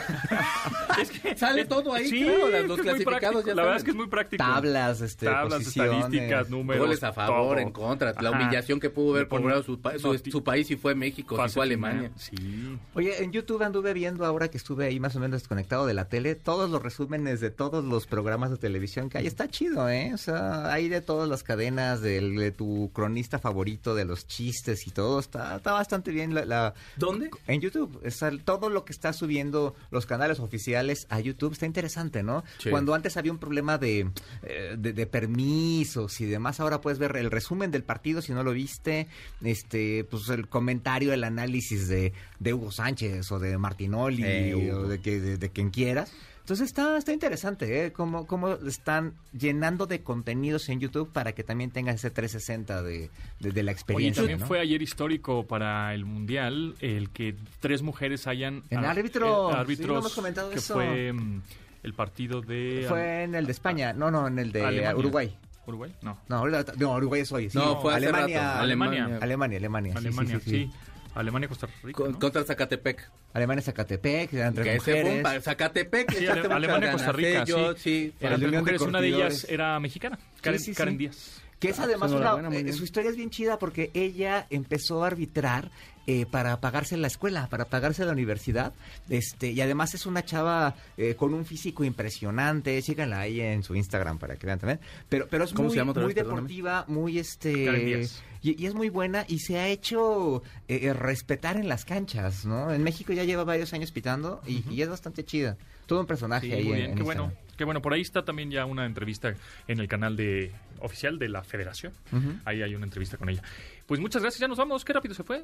S2: es que
S4: Sale todo ahí,
S2: sí,
S4: claro, las-
S2: es que es
S4: los
S2: muy
S4: clasificados
S2: práctico,
S4: ya
S2: La verdad
S4: saben.
S2: es que es muy práctico.
S3: Tablas, este,
S2: Tablas,
S3: posiciones,
S2: estadísticas, números.
S4: Goles a favor,
S2: todo.
S4: en contra, la
S2: Ajá.
S4: humillación que pudo
S2: Le
S4: haber
S2: ponen
S4: cobrado su, pa- su,
S2: noti-
S4: su país si fue México, si
S2: pase
S4: fue
S2: final.
S4: Alemania.
S2: Sí.
S3: Oye, en YouTube anduve viendo ahora que estuve ahí más o menos desconectado de la tele, todos los resúmenes de todos los programas de televisión que hay. Está chido, ¿eh? O sea, hay de todas las cadenas, del- de tu cronista favorito, de los chistes y todo. Está, está bastante bien la, la-
S10: ¿Dónde?
S3: En YouTube, está todo lo que está subiendo los canales oficiales a YouTube está interesante, ¿no?
S4: Sí.
S3: Cuando antes había un problema de, eh, de, de permisos y demás, ahora puedes ver el resumen del partido si no lo viste, este, pues el comentario, el análisis de, de Hugo Sánchez o de Martinoli
S4: Eh, Hugo.
S3: o de, que- de- de quien quieras. Entonces está, está interesante, ¿eh? Cómo, cómo están llenando de contenidos en YouTube para que también tengas ese 360 de, de, de la
S2: Oye,
S3: experiencia.
S2: también
S3: ¿no?
S2: fue ayer histórico para el Mundial el que tres mujeres hayan...
S3: En
S2: ah,
S3: árbitro,
S2: eh,
S3: sí, no hemos
S2: árbitros
S3: comentado
S2: que
S3: eso.
S2: fue mm, el partido de...
S3: Fue en el de España, no, no, en el de
S2: Alemania.
S3: Uruguay.
S2: ¿Uruguay? No.
S3: No, ahorita- no, Uruguay es hoy. sí.
S4: No, fue hace
S3: Alemania,
S4: rato.
S2: Alemania.
S3: Alemania, Alemania. sí, sí,
S2: Alemania, sí.
S3: sí, sí.
S2: Alemania, Costa Rica.
S4: Co-
S2: ¿no?
S4: Contra Zacatepec.
S3: Alemania, Zacatepec, entre
S4: Que ese fue un
S3: mujeres.
S4: pa- Zacatepec.
S2: Sí,
S4: echaste
S2: Ale-
S4: muchas
S2: Alemania, Costa
S4: ganas,
S2: Rica,
S4: ¿eh? Yo,
S2: sí.
S4: sí.
S2: Eran
S3: Para la
S2: tres
S3: Unión de
S2: mujeres, una de ellas
S3: Curtidores.
S2: era mexicana, Karen,
S3: sí, sí.
S2: Karen Díaz.
S3: Que es además una-
S4: Ah, pues enhorabuena, muy
S3: eh,
S4: bien.
S3: su historia es bien chida porque ella empezó a arbitrar eh, para pagarse la escuela, para pagarse la universidad. este Y además es una chava eh, con un físico impresionante. Síganla ahí en su Instagram para que vean también. Pero, pero es
S4: ¿Cómo
S3: muy,
S4: se llama otra
S3: muy
S4: vez? Perdóname.
S3: deportiva, muy este.
S2: Karen Díaz.
S3: Y, y es muy buena y se ha hecho eh, eh, respetar en las canchas, ¿no? En México ya lleva varios años pitando y, y es bastante chida. Todo un personaje
S2: Sí,
S3: ahí
S2: muy
S3: en-
S2: bien,
S3: en
S2: qué bueno.
S3: Instagram.
S2: Qué bueno, por ahí está también ya una entrevista en el canal de oficial de la Federación.
S3: Ujú.
S2: Ahí hay una entrevista con ella. Pues muchas gracias, ya nos vamos. Qué rápido se fue.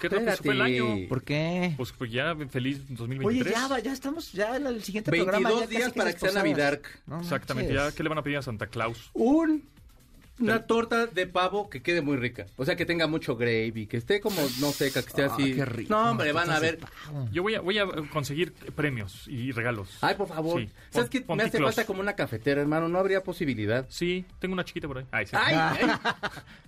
S2: qué rápido se
S4: espérate.
S2: fue el año.
S3: ¿Por qué?
S2: Pues, pues ya feliz 2023.
S3: Oye, ya, va, ya estamos, ya en el siguiente Este programa.
S4: 22
S3: ya
S4: días
S3: casi
S4: para
S3: es
S4: que sea
S3: posadas.
S4: Navidad.
S3: No
S2: Exactamente, ya
S3: manches.
S2: qué le van a pedir a Santa Claus.
S4: Un, una torta de pavo que quede muy rica. O sea, que tenga mucho gravy, que esté como, no sé, que esté
S3: Ah,
S4: así.
S3: qué rico,
S4: no, hombre, van a
S3: tortas de
S4: ver.
S2: Yo voy a, voy a conseguir premios y regalos.
S4: Ay, por favor.
S2: Sí,
S4: ¿Sabes
S2: pon-
S4: qué?
S2: pon
S4: Me hace
S2: Piclos.
S4: falta como una cafetera, hermano. No habría posibilidad.
S2: Sí, tengo una chiquita por ahí. Ay, sí.
S4: Ay, ay.
S2: Tengo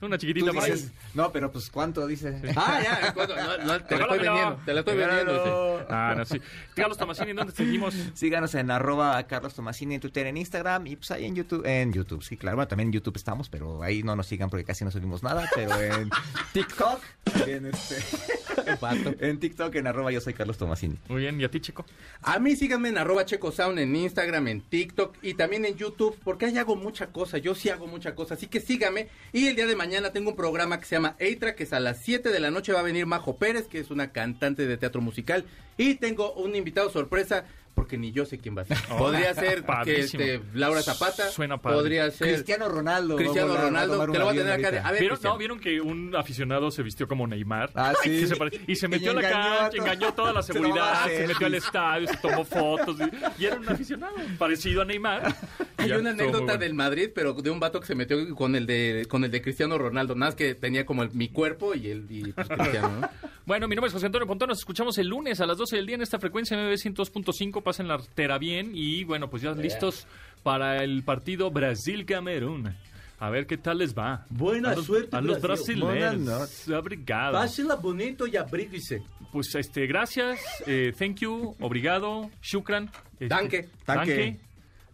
S2: una
S3: Tú
S2: chiquitita por ahí.
S3: dices, no, pero pues ¿cuánto dice?
S4: Ah, ya, cuando- no, no, te la estoy
S2: Regálamelo.
S4: vendiendo, te la estoy vendiendo.
S2: Regálamelo.
S4: dice.
S2: Ah, no, sí. Carlos Tomasini, ¿dónde seguimos?
S3: Síganos en arroba Carlos Tomasini en Twitter, en Instagram y pues ahí en YouTube, en YouTube, sí, claro, bueno, también en YouTube estamos, pero ahí no nos sigan porque casi no subimos nada, pero en TikTok, en, este, en TikTok, en arroba yo soy Carlos Tomasini.
S2: Muy bien, ¿y a ti, chico?
S4: A mí síganme en arroba checosound en Instagram, en TikTok y también en YouTube, porque ahí hago mucha cosa, yo sí hago mucha cosa, así que síganme. Y el día de mañana tengo un programa que se llama Eitra, que es a las 7 de la noche va a venir Majo Pérez, que es una cantante de teatro musical. Y tengo un invitado sorpresa, porque ni yo sé quién va a ser.
S2: Oh,
S4: podría ser que
S2: padrísimo.
S4: este, Laura Zapata,
S2: Suena padre.
S4: podría ser
S3: Cristiano Ronaldo.
S4: Cristiano
S3: va a volar, va a
S4: Ronaldo,
S3: tomar
S4: te
S3: un
S4: lo voy a
S3: avión
S4: tener acá. de-
S3: ahorita.
S4: A ver,
S2: ¿Vieron,
S4: Cristiano.
S2: no, ¿Vieron que un aficionado se vistió como Neymar?
S3: Ah,
S2: Ay,
S3: sí.
S2: que se pare- y se
S3: Y
S2: metió a la
S3: engañó a
S2: cancha,
S3: todo-
S2: engañó a toda la
S3: Se tomaba
S2: seguridad, se,
S3: selfies.
S2: metió al estadio, se tomó fotos. Y, y era un aficionado parecido a Neymar. Y
S4: Hay
S2: ya,
S4: una
S2: estuvo muy
S4: anécdota
S2: bueno.
S4: del Madrid, pero de un vato que se metió con el de con el de Cristiano Ronaldo, nada más que tenía como el- mi cuerpo y el y, pues, Cristiano. ¿no?
S2: Bueno, mi nombre es José Antonio Pontón. Nos escuchamos el lunes a las 12 del día en esta frecuencia MB 102.5. Pasen la artera bien. Y bueno, pues ya listos para el partido Brasil-Camerún. A ver qué tal les va.
S10: Buena
S2: a los,
S10: suerte,
S2: a los
S10: Brasil.
S2: brasileños. Obrigado.
S10: Pásela bonito y abríguese.
S2: Pues este, gracias, eh, thank you, obrigado, shukran. este,
S4: Danke.
S2: Danke.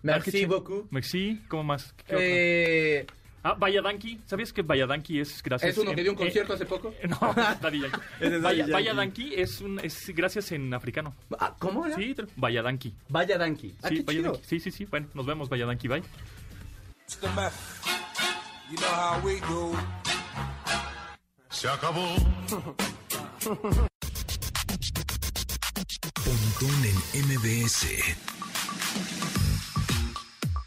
S4: Merci
S2: Danke.
S4: beaucoup.
S2: Merci, ¿cómo más? ¿Qué- qué otro?
S4: Eh,
S2: ah, Valladanqui, ¿sabías que Valladanqui es gracias?
S4: ¿Es uno que
S2: en-
S4: dio un
S2: eh,
S4: concierto hace poco?
S2: no, Daddy Yankee.
S10: Ese es Daddy
S2: Vaya-
S10: Yankee.
S2: Valladanqui es, un, es gracias en africano.
S4: ah, ¿Cómo era?
S2: Sí, tr- Valladanqui.
S4: Vaya Danqui.
S2: Sí,
S4: Ah, qué chido.
S2: Valladanqui. Sí, sí, sí. Bueno, nos vemos, Valladanqui, bye.
S1: Pontón en MBS.